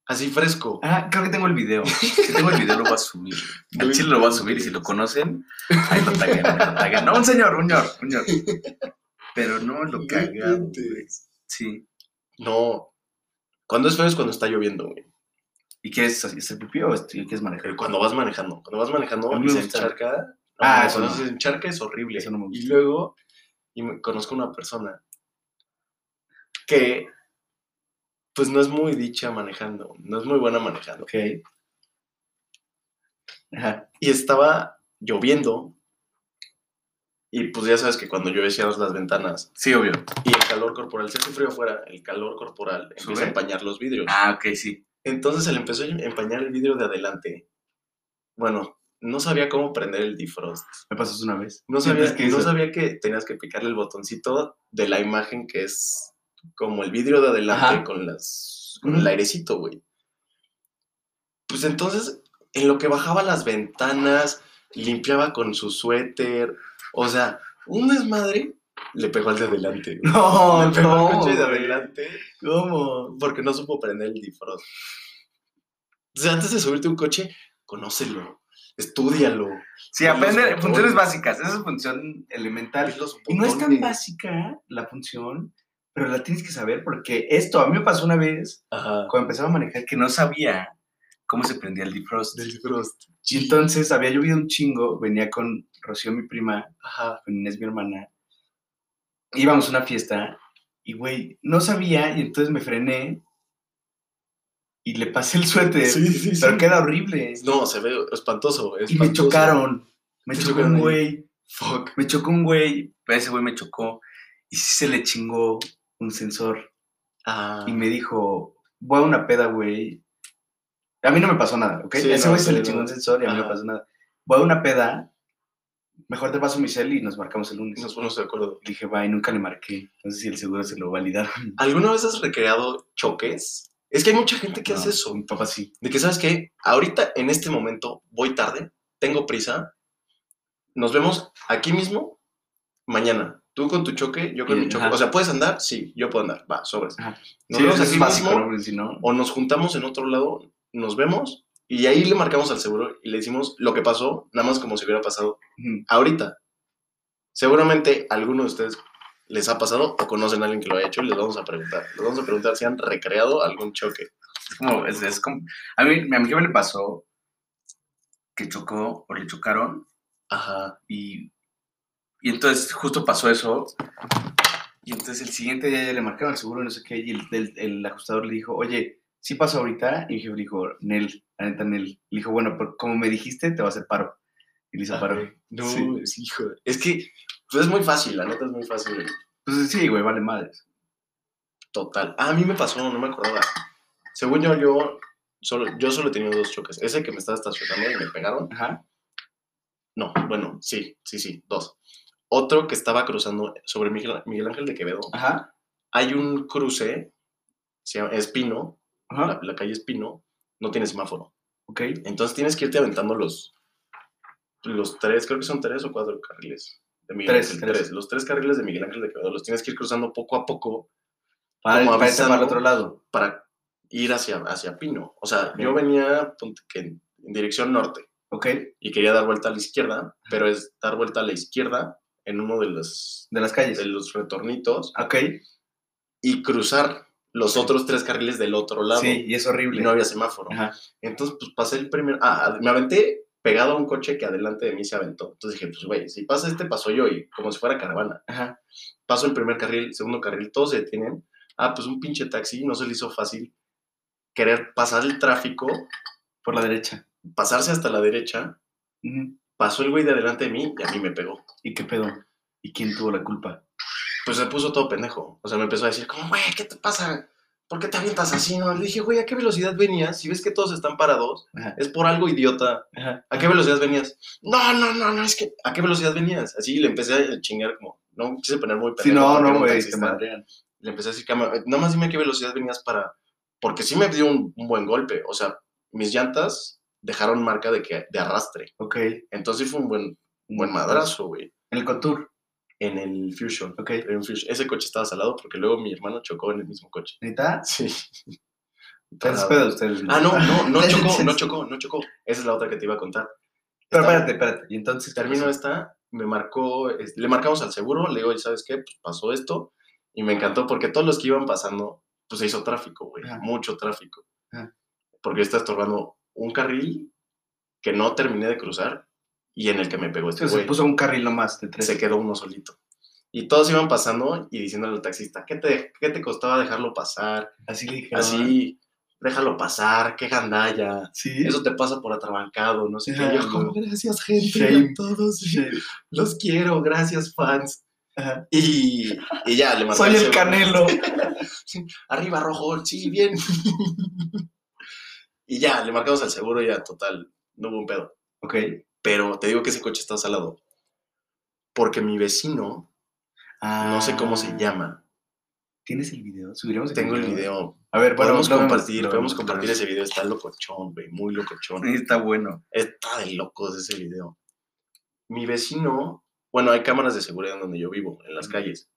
[SPEAKER 2] Así fresco.
[SPEAKER 1] Ah, creo que tengo el video. Si tengo el video, lo voy a subir. El chile lo voy a subir y si lo conocen, ahí lo taguen, lo taguen. No, un señor, un señor, un señor. Pero no, lo cagado. güey. Sí.
[SPEAKER 2] No. Cuando es feo es cuando está lloviendo, güey.
[SPEAKER 1] ¿Y quieres hacer pipí o est- quieres manejar?
[SPEAKER 2] Pero cuando vas manejando. Cuando vas manejando
[SPEAKER 1] A mí me
[SPEAKER 2] y se
[SPEAKER 1] gusta.
[SPEAKER 2] encharca. no,
[SPEAKER 1] Ah,
[SPEAKER 2] no,
[SPEAKER 1] eso no.
[SPEAKER 2] cuando se encharca es horrible.
[SPEAKER 1] Eso no me
[SPEAKER 2] y
[SPEAKER 1] gusta.
[SPEAKER 2] luego, y me- conozco una persona que pues no es muy dicha manejando. No es muy buena manejando.
[SPEAKER 1] Ok. Ajá.
[SPEAKER 2] y estaba lloviendo. Y pues ya sabes que cuando llueve cierras las ventanas
[SPEAKER 1] Sí, obvio.
[SPEAKER 2] y el calor corporal, se hace frío afuera, el calor corporal empieza
[SPEAKER 1] ¿Sube?
[SPEAKER 2] a empañar los vidrios.
[SPEAKER 1] Ah, ok, sí.
[SPEAKER 2] Entonces se le empezó a empañar el vidrio de adelante. Bueno, no sabía cómo prender el defrost.
[SPEAKER 1] Me pasó eso una vez. *laughs*
[SPEAKER 2] No
[SPEAKER 1] Siempre
[SPEAKER 2] sabía,
[SPEAKER 1] es
[SPEAKER 2] no
[SPEAKER 1] eso.
[SPEAKER 2] sabía que tenías que picarle el botoncito de la imagen que es como el vidrio de adelante
[SPEAKER 1] Ajá.
[SPEAKER 2] con las con el
[SPEAKER 1] Ujú.
[SPEAKER 2] airecito, güey. Pues entonces, en lo que bajaba las ventanas, limpiaba con su suéter, o sea, un desmadre le pegó al de adelante. güey.
[SPEAKER 1] No,
[SPEAKER 2] le pegó al coche de
[SPEAKER 1] güey.
[SPEAKER 2] adelante
[SPEAKER 1] ¿Cómo?
[SPEAKER 2] porque no supo prender el defrost. O sea, antes de subirte a un coche, conócelo, estúdialo.
[SPEAKER 1] Sí,
[SPEAKER 2] Con los
[SPEAKER 1] aprende
[SPEAKER 2] botones.
[SPEAKER 1] funciones básicas. Esa es función elemental.
[SPEAKER 2] ves los
[SPEAKER 1] Y no es tan
[SPEAKER 2] botones.
[SPEAKER 1] básica la función, pero la tienes que saber porque esto a mí me pasó una vez
[SPEAKER 2] Ajá.
[SPEAKER 1] cuando empezaba a manejar que no sabía cómo se prendía el defrost.
[SPEAKER 2] Del Frost.
[SPEAKER 1] Y entonces había llovido un chingo, venía con Rocío, mi prima,
[SPEAKER 2] Ajá.
[SPEAKER 1] con Inés, mi hermana. Íbamos a una fiesta y, güey, no sabía y entonces me frené y le pasé el suéter.
[SPEAKER 2] Sí, sí, sí.
[SPEAKER 1] Pero queda horrible.
[SPEAKER 2] No, se ve espantoso.
[SPEAKER 1] Y me
[SPEAKER 2] espantoso.
[SPEAKER 1] chocaron. Me
[SPEAKER 2] Te
[SPEAKER 1] chocó
[SPEAKER 2] chocaron
[SPEAKER 1] un
[SPEAKER 2] ahí.
[SPEAKER 1] güey.
[SPEAKER 2] Fuck.
[SPEAKER 1] Me chocó un güey. Ese güey me chocó. Y sí se le chingó un sensor.
[SPEAKER 2] Ah.
[SPEAKER 1] Y me dijo, voy a una peda, güey. A mí no me pasó nada, ¿ok?
[SPEAKER 2] Sí,
[SPEAKER 1] ese
[SPEAKER 2] no,
[SPEAKER 1] güey se
[SPEAKER 2] sí,
[SPEAKER 1] le
[SPEAKER 2] no.
[SPEAKER 1] chingó un sensor y a mí no me
[SPEAKER 2] Ajá.
[SPEAKER 1] pasó nada. Voy a una peda. Mejor te paso mi cel y nos marcamos el lunes.
[SPEAKER 2] Nos ponemos de acuerdo.
[SPEAKER 1] Le dije, va, y nunca le marqué. No sé si el seguro se lo validaron.
[SPEAKER 2] ¿Alguna vez has recreado choques? Es que hay mucha gente que hace
[SPEAKER 1] No,
[SPEAKER 2] eso.
[SPEAKER 1] Mi papá sí.
[SPEAKER 2] De que, ¿sabes qué? Ahorita, en este momento, voy tarde, tengo prisa, nos vemos aquí mismo mañana. Tú con tu choque, yo con
[SPEAKER 1] Y-
[SPEAKER 2] mi choque.
[SPEAKER 1] ajá.
[SPEAKER 2] O sea, ¿puedes andar? Sí, yo puedo andar. Va, sobres.
[SPEAKER 1] Ajá.
[SPEAKER 2] Nos
[SPEAKER 1] Sí,
[SPEAKER 2] vemos
[SPEAKER 1] eso
[SPEAKER 2] aquí
[SPEAKER 1] es básico,
[SPEAKER 2] mismo,
[SPEAKER 1] ¿no? Porque si no,
[SPEAKER 2] o nos juntamos en otro lado, nos vemos, y ahí le marcamos al seguro y le decimos lo que pasó, nada más como si hubiera pasado ahorita. Seguramente a alguno de ustedes les ha pasado o conocen a alguien que lo haya hecho y les vamos a preguntar. Les vamos a preguntar si han recreado algún choque.
[SPEAKER 1] Es como, es, es como- a mí, a mi jefe le pasó que chocó o le chocaron
[SPEAKER 2] Ajá.
[SPEAKER 1] y, y entonces justo pasó eso. Y entonces el siguiente día ya le marcaron al seguro y no sé qué. Y el, el- el ajustador le dijo, oye, sí pasó ahorita. Y mi jefe le dijo, Nel, la neta Nel. Le dijo, bueno, por- como me dijiste, te va a hacer paro. Y le hizo paro.
[SPEAKER 2] Ah, No,
[SPEAKER 1] Sí.
[SPEAKER 2] es hijo. de- Es que pues, es muy fácil, la neta es muy fácil.
[SPEAKER 1] Entonces sí, güey, vale madres.
[SPEAKER 2] Total. Ah, a mí me pasó, no me acordaba. Según yo, yo solo, yo solo he tenido dos choques. Ese que me estaba estacionando y me pegaron.
[SPEAKER 1] Ajá.
[SPEAKER 2] No, bueno, sí, sí, sí, dos. Otro que estaba cruzando sobre Miguel, Miguel Ángel de Quevedo.
[SPEAKER 1] Ajá.
[SPEAKER 2] Hay un cruce, se llama Espino,
[SPEAKER 1] Ajá.
[SPEAKER 2] la, la calle Espino, no tiene semáforo.
[SPEAKER 1] Ok.
[SPEAKER 2] Entonces tienes que irte aventando los, los tres, creo que son tres o cuatro carriles. De Miguel
[SPEAKER 1] Tres,
[SPEAKER 2] Ángel,
[SPEAKER 1] tres.
[SPEAKER 2] Los tres carriles de Miguel Ángel de Quevedo los tienes que ir cruzando poco a poco
[SPEAKER 1] Para,
[SPEAKER 2] Como
[SPEAKER 1] para irse para el
[SPEAKER 2] avisando.
[SPEAKER 1] otro lado.
[SPEAKER 2] para ir hacia, hacia Pino. O sea, yo
[SPEAKER 1] Ok.
[SPEAKER 2] venía ponte que en, en dirección norte
[SPEAKER 1] Ok.
[SPEAKER 2] y quería dar vuelta a la izquierda, pero es dar vuelta a la izquierda en uno de los,
[SPEAKER 1] De las calles.
[SPEAKER 2] de los retornitos
[SPEAKER 1] Ok.
[SPEAKER 2] y cruzar los otros tres carriles del otro lado.
[SPEAKER 1] Sí, y es
[SPEAKER 2] Y
[SPEAKER 1] horrible.
[SPEAKER 2] no había semáforo.
[SPEAKER 1] Ajá.
[SPEAKER 2] Entonces, pues pasé el primer. Ah, me aventé pegado a un coche que adelante de mí se aventó. Entonces dije, pues güey, si pasa este, paso yo y como si fuera caravana.
[SPEAKER 1] Ajá.
[SPEAKER 2] Paso el primer carril, segundo carril, todos se detienen. Ah, pues un pinche taxi, no se le hizo fácil querer pasar el tráfico,
[SPEAKER 1] Por la derecha.
[SPEAKER 2] pasarse hasta la derecha.
[SPEAKER 1] Ujú.
[SPEAKER 2] Pasó el güey de adelante de mí y a mí me pegó.
[SPEAKER 1] ¿Y qué pedo? ¿Y quién tuvo la culpa?
[SPEAKER 2] Pues se puso todo pendejo. O sea, me empezó a decir, como, güey, ¿qué te pasa? ¿Por qué te avientas así? No, le dije, güey, ¿a qué velocidad venías? Si ves que todos están parados,
[SPEAKER 1] Ajá.
[SPEAKER 2] es por algo idiota.
[SPEAKER 1] Ajá.
[SPEAKER 2] ¿A qué velocidad venías? No, no, no, no, es que. ¿A qué velocidad venías? Así le empecé a chingar, como. No quise poner muy
[SPEAKER 1] Sí,
[SPEAKER 2] pendejo
[SPEAKER 1] no,
[SPEAKER 2] porque era
[SPEAKER 1] no,
[SPEAKER 2] un
[SPEAKER 1] güey, te
[SPEAKER 2] taxista.
[SPEAKER 1] madrean.
[SPEAKER 2] Le empecé a decir, cama, nada más dime a qué velocidad venías para. Porque sí me dio un, un buen golpe. O sea, mis llantas dejaron marca de, que, de arrastre.
[SPEAKER 1] Ok.
[SPEAKER 2] Entonces sí fue un buen, un buen madrazo, güey.
[SPEAKER 1] En el Contour.
[SPEAKER 2] En el Fusion.
[SPEAKER 1] Ok.
[SPEAKER 2] En Fusion. Ese coche estaba salado porque luego mi hermano chocó en el
[SPEAKER 1] *laughs*
[SPEAKER 2] mismo coche.
[SPEAKER 1] ¿Neta?
[SPEAKER 2] Sí.
[SPEAKER 1] Entonces,
[SPEAKER 2] Tarado.
[SPEAKER 1] pedo ustedes.
[SPEAKER 2] Ah, no, no, no chocó, no chocó, no chocó. Esa es la otra que te iba a contar.
[SPEAKER 1] Pero
[SPEAKER 2] Estaba-
[SPEAKER 1] espérate, espérate. Y entonces. qué
[SPEAKER 2] termino
[SPEAKER 1] pasó?
[SPEAKER 2] esta, me marcó, es- le marcamos al seguro, le digo, "Oye, ¿sabes qué? Pues pasó esto. Y me encantó porque todos los que iban pasando, pues se hizo tráfico, güey.
[SPEAKER 1] Ajá.
[SPEAKER 2] Mucho tráfico.
[SPEAKER 1] Ajá.
[SPEAKER 2] Porque yo estaba estorbando un carril que no terminé de cruzar y en el que me pegó este
[SPEAKER 1] Sí, se
[SPEAKER 2] güey.
[SPEAKER 1] puso un carril nomás de tres.
[SPEAKER 2] Se quedó uno solito. Y todos iban pasando y diciéndole al taxista, ¿qué te, qué te costaba dejarlo pasar?
[SPEAKER 1] Así le dije. "Ah,
[SPEAKER 2] Así, déjalo pasar, qué gandalla.
[SPEAKER 1] Sí.
[SPEAKER 2] Eso te pasa por atrabancado, no sé qué.
[SPEAKER 1] Ajá,
[SPEAKER 2] Y yo, como, gracias, gente,
[SPEAKER 1] Shame.
[SPEAKER 2] a todos.
[SPEAKER 1] Sí.
[SPEAKER 2] Los quiero, gracias fans.
[SPEAKER 1] Ajá.
[SPEAKER 2] Y, y ya, le marqué
[SPEAKER 1] Soy
[SPEAKER 2] al
[SPEAKER 1] el
[SPEAKER 2] seguro.
[SPEAKER 1] canelo.
[SPEAKER 2] Arriba rojo, sí, bien. *laughs* y ya, le marcamos al seguro y ya, total, no hubo un pedo.
[SPEAKER 1] ok.
[SPEAKER 2] Pero te digo que ese coche está salado. Porque mi vecino, no sé cómo se
[SPEAKER 1] Ah.
[SPEAKER 2] llama,
[SPEAKER 1] ¿Tienes el video? Subiremos
[SPEAKER 2] tengo el video.
[SPEAKER 1] A ver, bueno,
[SPEAKER 2] podemos
[SPEAKER 1] lo vemos,
[SPEAKER 2] compartir,
[SPEAKER 1] lo
[SPEAKER 2] podemos
[SPEAKER 1] vemos.
[SPEAKER 2] compartir ese video. Está locochón, güey, muy locochón.
[SPEAKER 1] Sí, Está bueno.
[SPEAKER 2] Está de locos ese video. Mi vecino, bueno, hay cámaras de seguridad donde yo vivo, en las
[SPEAKER 1] Ujú.
[SPEAKER 2] calles.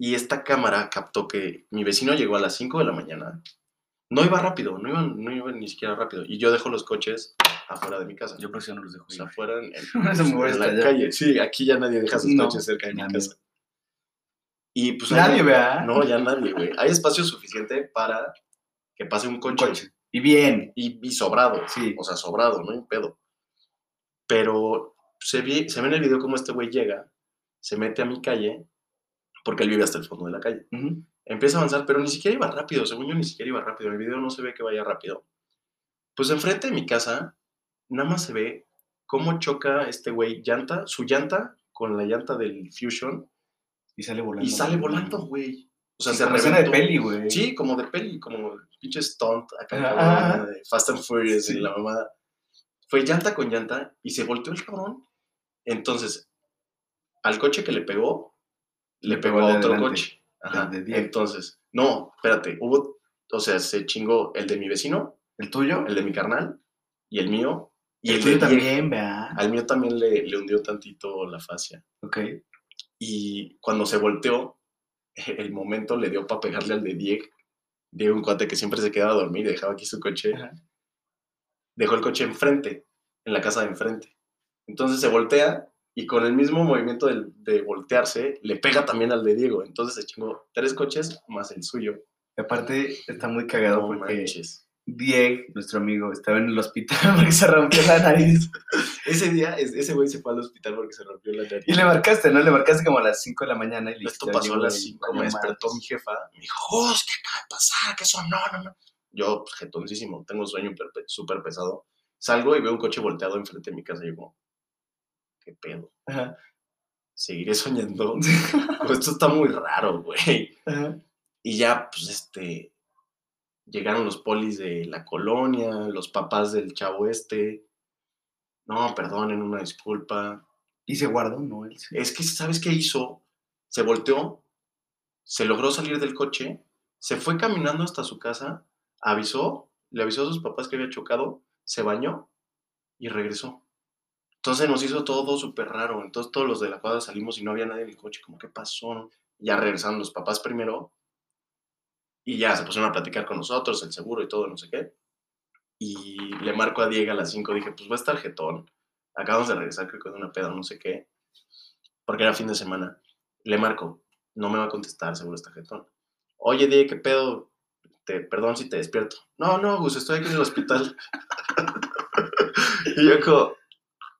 [SPEAKER 2] Y esta cámara captó que mi vecino llegó a las 5 de la mañana. No iba rápido, no iba, no iba ni siquiera rápido. Y yo dejo los coches afuera de mi casa.
[SPEAKER 1] Yo presiono los dejo.
[SPEAKER 2] o sea, afuera
[SPEAKER 1] *laughs*
[SPEAKER 2] en, en-
[SPEAKER 1] Eso me voy a
[SPEAKER 2] en la
[SPEAKER 1] estallar.
[SPEAKER 2] calle. Sí, aquí ya nadie deja sus
[SPEAKER 1] No,
[SPEAKER 2] coches cerca de mi
[SPEAKER 1] ya no.
[SPEAKER 2] casa. Y pues.
[SPEAKER 1] Nadie,
[SPEAKER 2] ahí-
[SPEAKER 1] ¿verdad?
[SPEAKER 2] No, ya nadie, güey. Hay espacio suficiente para que pase un
[SPEAKER 1] Un
[SPEAKER 2] coche.
[SPEAKER 1] coche. Y bien.
[SPEAKER 2] Y, y sobrado.
[SPEAKER 1] Sí.
[SPEAKER 2] O sea, sobrado, no hay pedo. Pero se, vi- se ve en el video cómo este güey llega, se mete a mi calle, porque él vive hasta el fondo de la calle.
[SPEAKER 1] Ujú.
[SPEAKER 2] Empieza a avanzar, pero ni siquiera iba rápido. Según yo, ni siquiera iba rápido. En el video no se ve que vaya rápido. Pues enfrente de mi casa, nada más se ve cómo choca este güey llanta, su llanta, con la llanta del Fusion
[SPEAKER 1] Y sale volando.
[SPEAKER 2] y sale volando, güey. O
[SPEAKER 1] O
[SPEAKER 2] sea,
[SPEAKER 1] sea,
[SPEAKER 2] se
[SPEAKER 1] se resuena de
[SPEAKER 2] reventó.
[SPEAKER 1] peli, güey.
[SPEAKER 2] Sí, como de peli, como el pinche stunt acá,
[SPEAKER 1] Ajá.
[SPEAKER 2] cabrón, de Fast and Furious
[SPEAKER 1] Sí.
[SPEAKER 2] y la mamada. Fue llanta con llanta y se volteó el cabrón. Entonces, al coche que le pegó, le pegó
[SPEAKER 1] pegó al
[SPEAKER 2] a
[SPEAKER 1] de
[SPEAKER 2] otro
[SPEAKER 1] adelante,
[SPEAKER 2] coche. Ajá.
[SPEAKER 1] al de diez.
[SPEAKER 2] Entonces, no, espérate, hubo, o sea, se chingó el de mi vecino,
[SPEAKER 1] ¿El tuyo?
[SPEAKER 2] el de mi carnal y el mío. Y el,
[SPEAKER 1] El
[SPEAKER 2] de
[SPEAKER 1] tuyo
[SPEAKER 2] diez.
[SPEAKER 1] también, ¿verdad?
[SPEAKER 2] Al mío también le, le hundió tantito la fascia.
[SPEAKER 1] Ok.
[SPEAKER 2] Y cuando se volteó, e-, el momento le dio para pegarle al de Dieg. Diego, un cuate que siempre se quedaba a dormir, dejaba aquí su coche.
[SPEAKER 1] Ajá.
[SPEAKER 2] Dejó el coche enfrente, en la casa de enfrente. Entonces se voltea y con el mismo movimiento del- de, voltearse, le pega también al de Diego. Entonces se chingó tres coches más el suyo.
[SPEAKER 1] Y aparte, está muy cagado
[SPEAKER 2] No
[SPEAKER 1] porque
[SPEAKER 2] manches.
[SPEAKER 1] Dieg, nuestro amigo, estaba en el hospital *laughs* porque se rompió la nariz.
[SPEAKER 2] Ese día, es- ese güey se fue al hospital porque se rompió la nariz.
[SPEAKER 1] Y le marcaste, ¿no? Le marcaste como a las 5 de la mañana. Y le
[SPEAKER 2] Esto
[SPEAKER 1] dijiste,
[SPEAKER 2] pasó a
[SPEAKER 1] "Oye,
[SPEAKER 2] las
[SPEAKER 1] güey,
[SPEAKER 2] 5,
[SPEAKER 1] no
[SPEAKER 2] me despertó mi
[SPEAKER 1] mames".
[SPEAKER 2] jefa, me dijo, "Jos, ¿qué acaba de pasar? ¿Qué son? No, no, no. Yo, pues, jetoncísimo, tengo sueño perpe- súper pesado. Salgo y veo un coche volteado enfrente de mi casa y yo como, ¿qué pedo?
[SPEAKER 1] Ajá,
[SPEAKER 2] ¿Seguiré *laughs* soñando? Pues, Esto está muy raro, güey.
[SPEAKER 1] ajá.
[SPEAKER 2] Y ya, pues, este, llegaron los polis de la colonia, los papás del chavo este. No, perdonen, una disculpa.
[SPEAKER 1] Y se guardó, ¿no? Él sí.
[SPEAKER 2] Es que, ¿sabes qué hizo? Se volteó, se logró salir del coche, se fue caminando hasta su casa, avisó, le avisó a sus papás que había chocado, se bañó y regresó. Entonces nos hizo todo súper raro. Entonces todos los de la cuadra salimos y no había nadie en el coche. Como, ¿qué pasó? no? Ya regresaron los papás primero y ya se pusieron a platicar con nosotros, el seguro y todo, no sé qué. Y le marco a Diego a las 5, dije, pues va a estar jetón. Acabamos de regresar, creo que de una peda, no sé qué porque era fin de semana. Le marco, no me va a contestar, seguro está jetón. Oye, Diego, ¿qué pedo? Te, perdón si te despierto. No, no, Gus, estoy aquí en el hospital. *laughs* y yo como,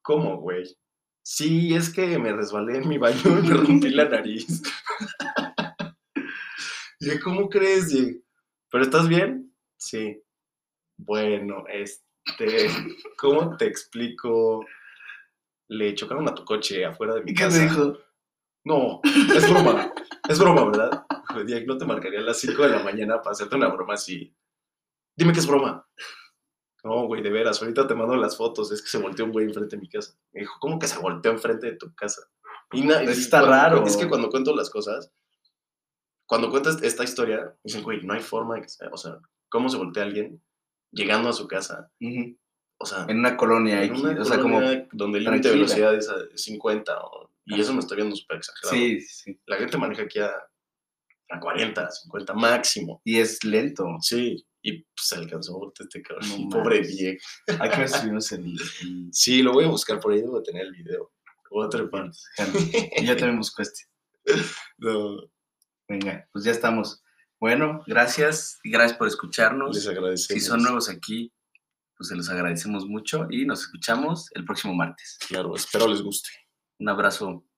[SPEAKER 2] ¿cómo, güey? Sí, es que me resbalé en mi baño *laughs* y me rompí la nariz. *laughs* Dije, ¿cómo crees, Diego? ¿Pero estás bien? Sí. Bueno, este, ¿cómo te explico? Le chocaron a tu coche afuera de mi
[SPEAKER 1] ¿Y qué
[SPEAKER 2] casa.
[SPEAKER 1] te dijo?
[SPEAKER 2] No, es broma. es broma, ¿verdad? Dijo, Diego, no te marcaría a las 5 de la mañana para hacerte una broma así. Dime que es broma. No, güey, de veras, ahorita te mando las fotos. Es que se volteó un güey enfrente de mi casa. Me dijo, ¿cómo que se volteó enfrente de tu casa? Y na-
[SPEAKER 1] Eso
[SPEAKER 2] y
[SPEAKER 1] está
[SPEAKER 2] cuando-
[SPEAKER 1] raro.
[SPEAKER 2] Es que cuando cuento las cosas, cuando cuentas esta historia, dicen, güey, no hay forma de que sea. O sea, ¿cómo se voltea alguien llegando a su casa?
[SPEAKER 1] Ujú.
[SPEAKER 2] O sea,
[SPEAKER 1] En una colonia
[SPEAKER 2] en
[SPEAKER 1] X.
[SPEAKER 2] una
[SPEAKER 1] O sea, como.
[SPEAKER 2] colonia donde el límite de
[SPEAKER 1] tranquila.
[SPEAKER 2] velocidad es a 50. o- y eso me está viendo súper exagerado.
[SPEAKER 1] Sí, sí, sí.
[SPEAKER 2] La gente maneja aquí a, a 40, 50 máximo.
[SPEAKER 1] Y es lento.
[SPEAKER 2] Sí, y pues alcanzó voltea este
[SPEAKER 1] No
[SPEAKER 2] cabrón. *laughs* Pobre
[SPEAKER 1] mames.
[SPEAKER 2] Diego.
[SPEAKER 1] ¿A qué hora subimos el. el-
[SPEAKER 2] Sí, lo voy a buscar por ahí, debo de tener el video. Voy a trepar.
[SPEAKER 1] Claro. *laughs* Y yo también busco este.
[SPEAKER 2] No,
[SPEAKER 1] Venga, pues ya estamos. Bueno, gracias. y Gracias por escucharnos.
[SPEAKER 2] les agradecemos.
[SPEAKER 1] Si son nuevos aquí, pues se los agradecemos mucho y nos escuchamos el próximo martes.
[SPEAKER 2] Claro, espero les guste.
[SPEAKER 1] Un abrazo.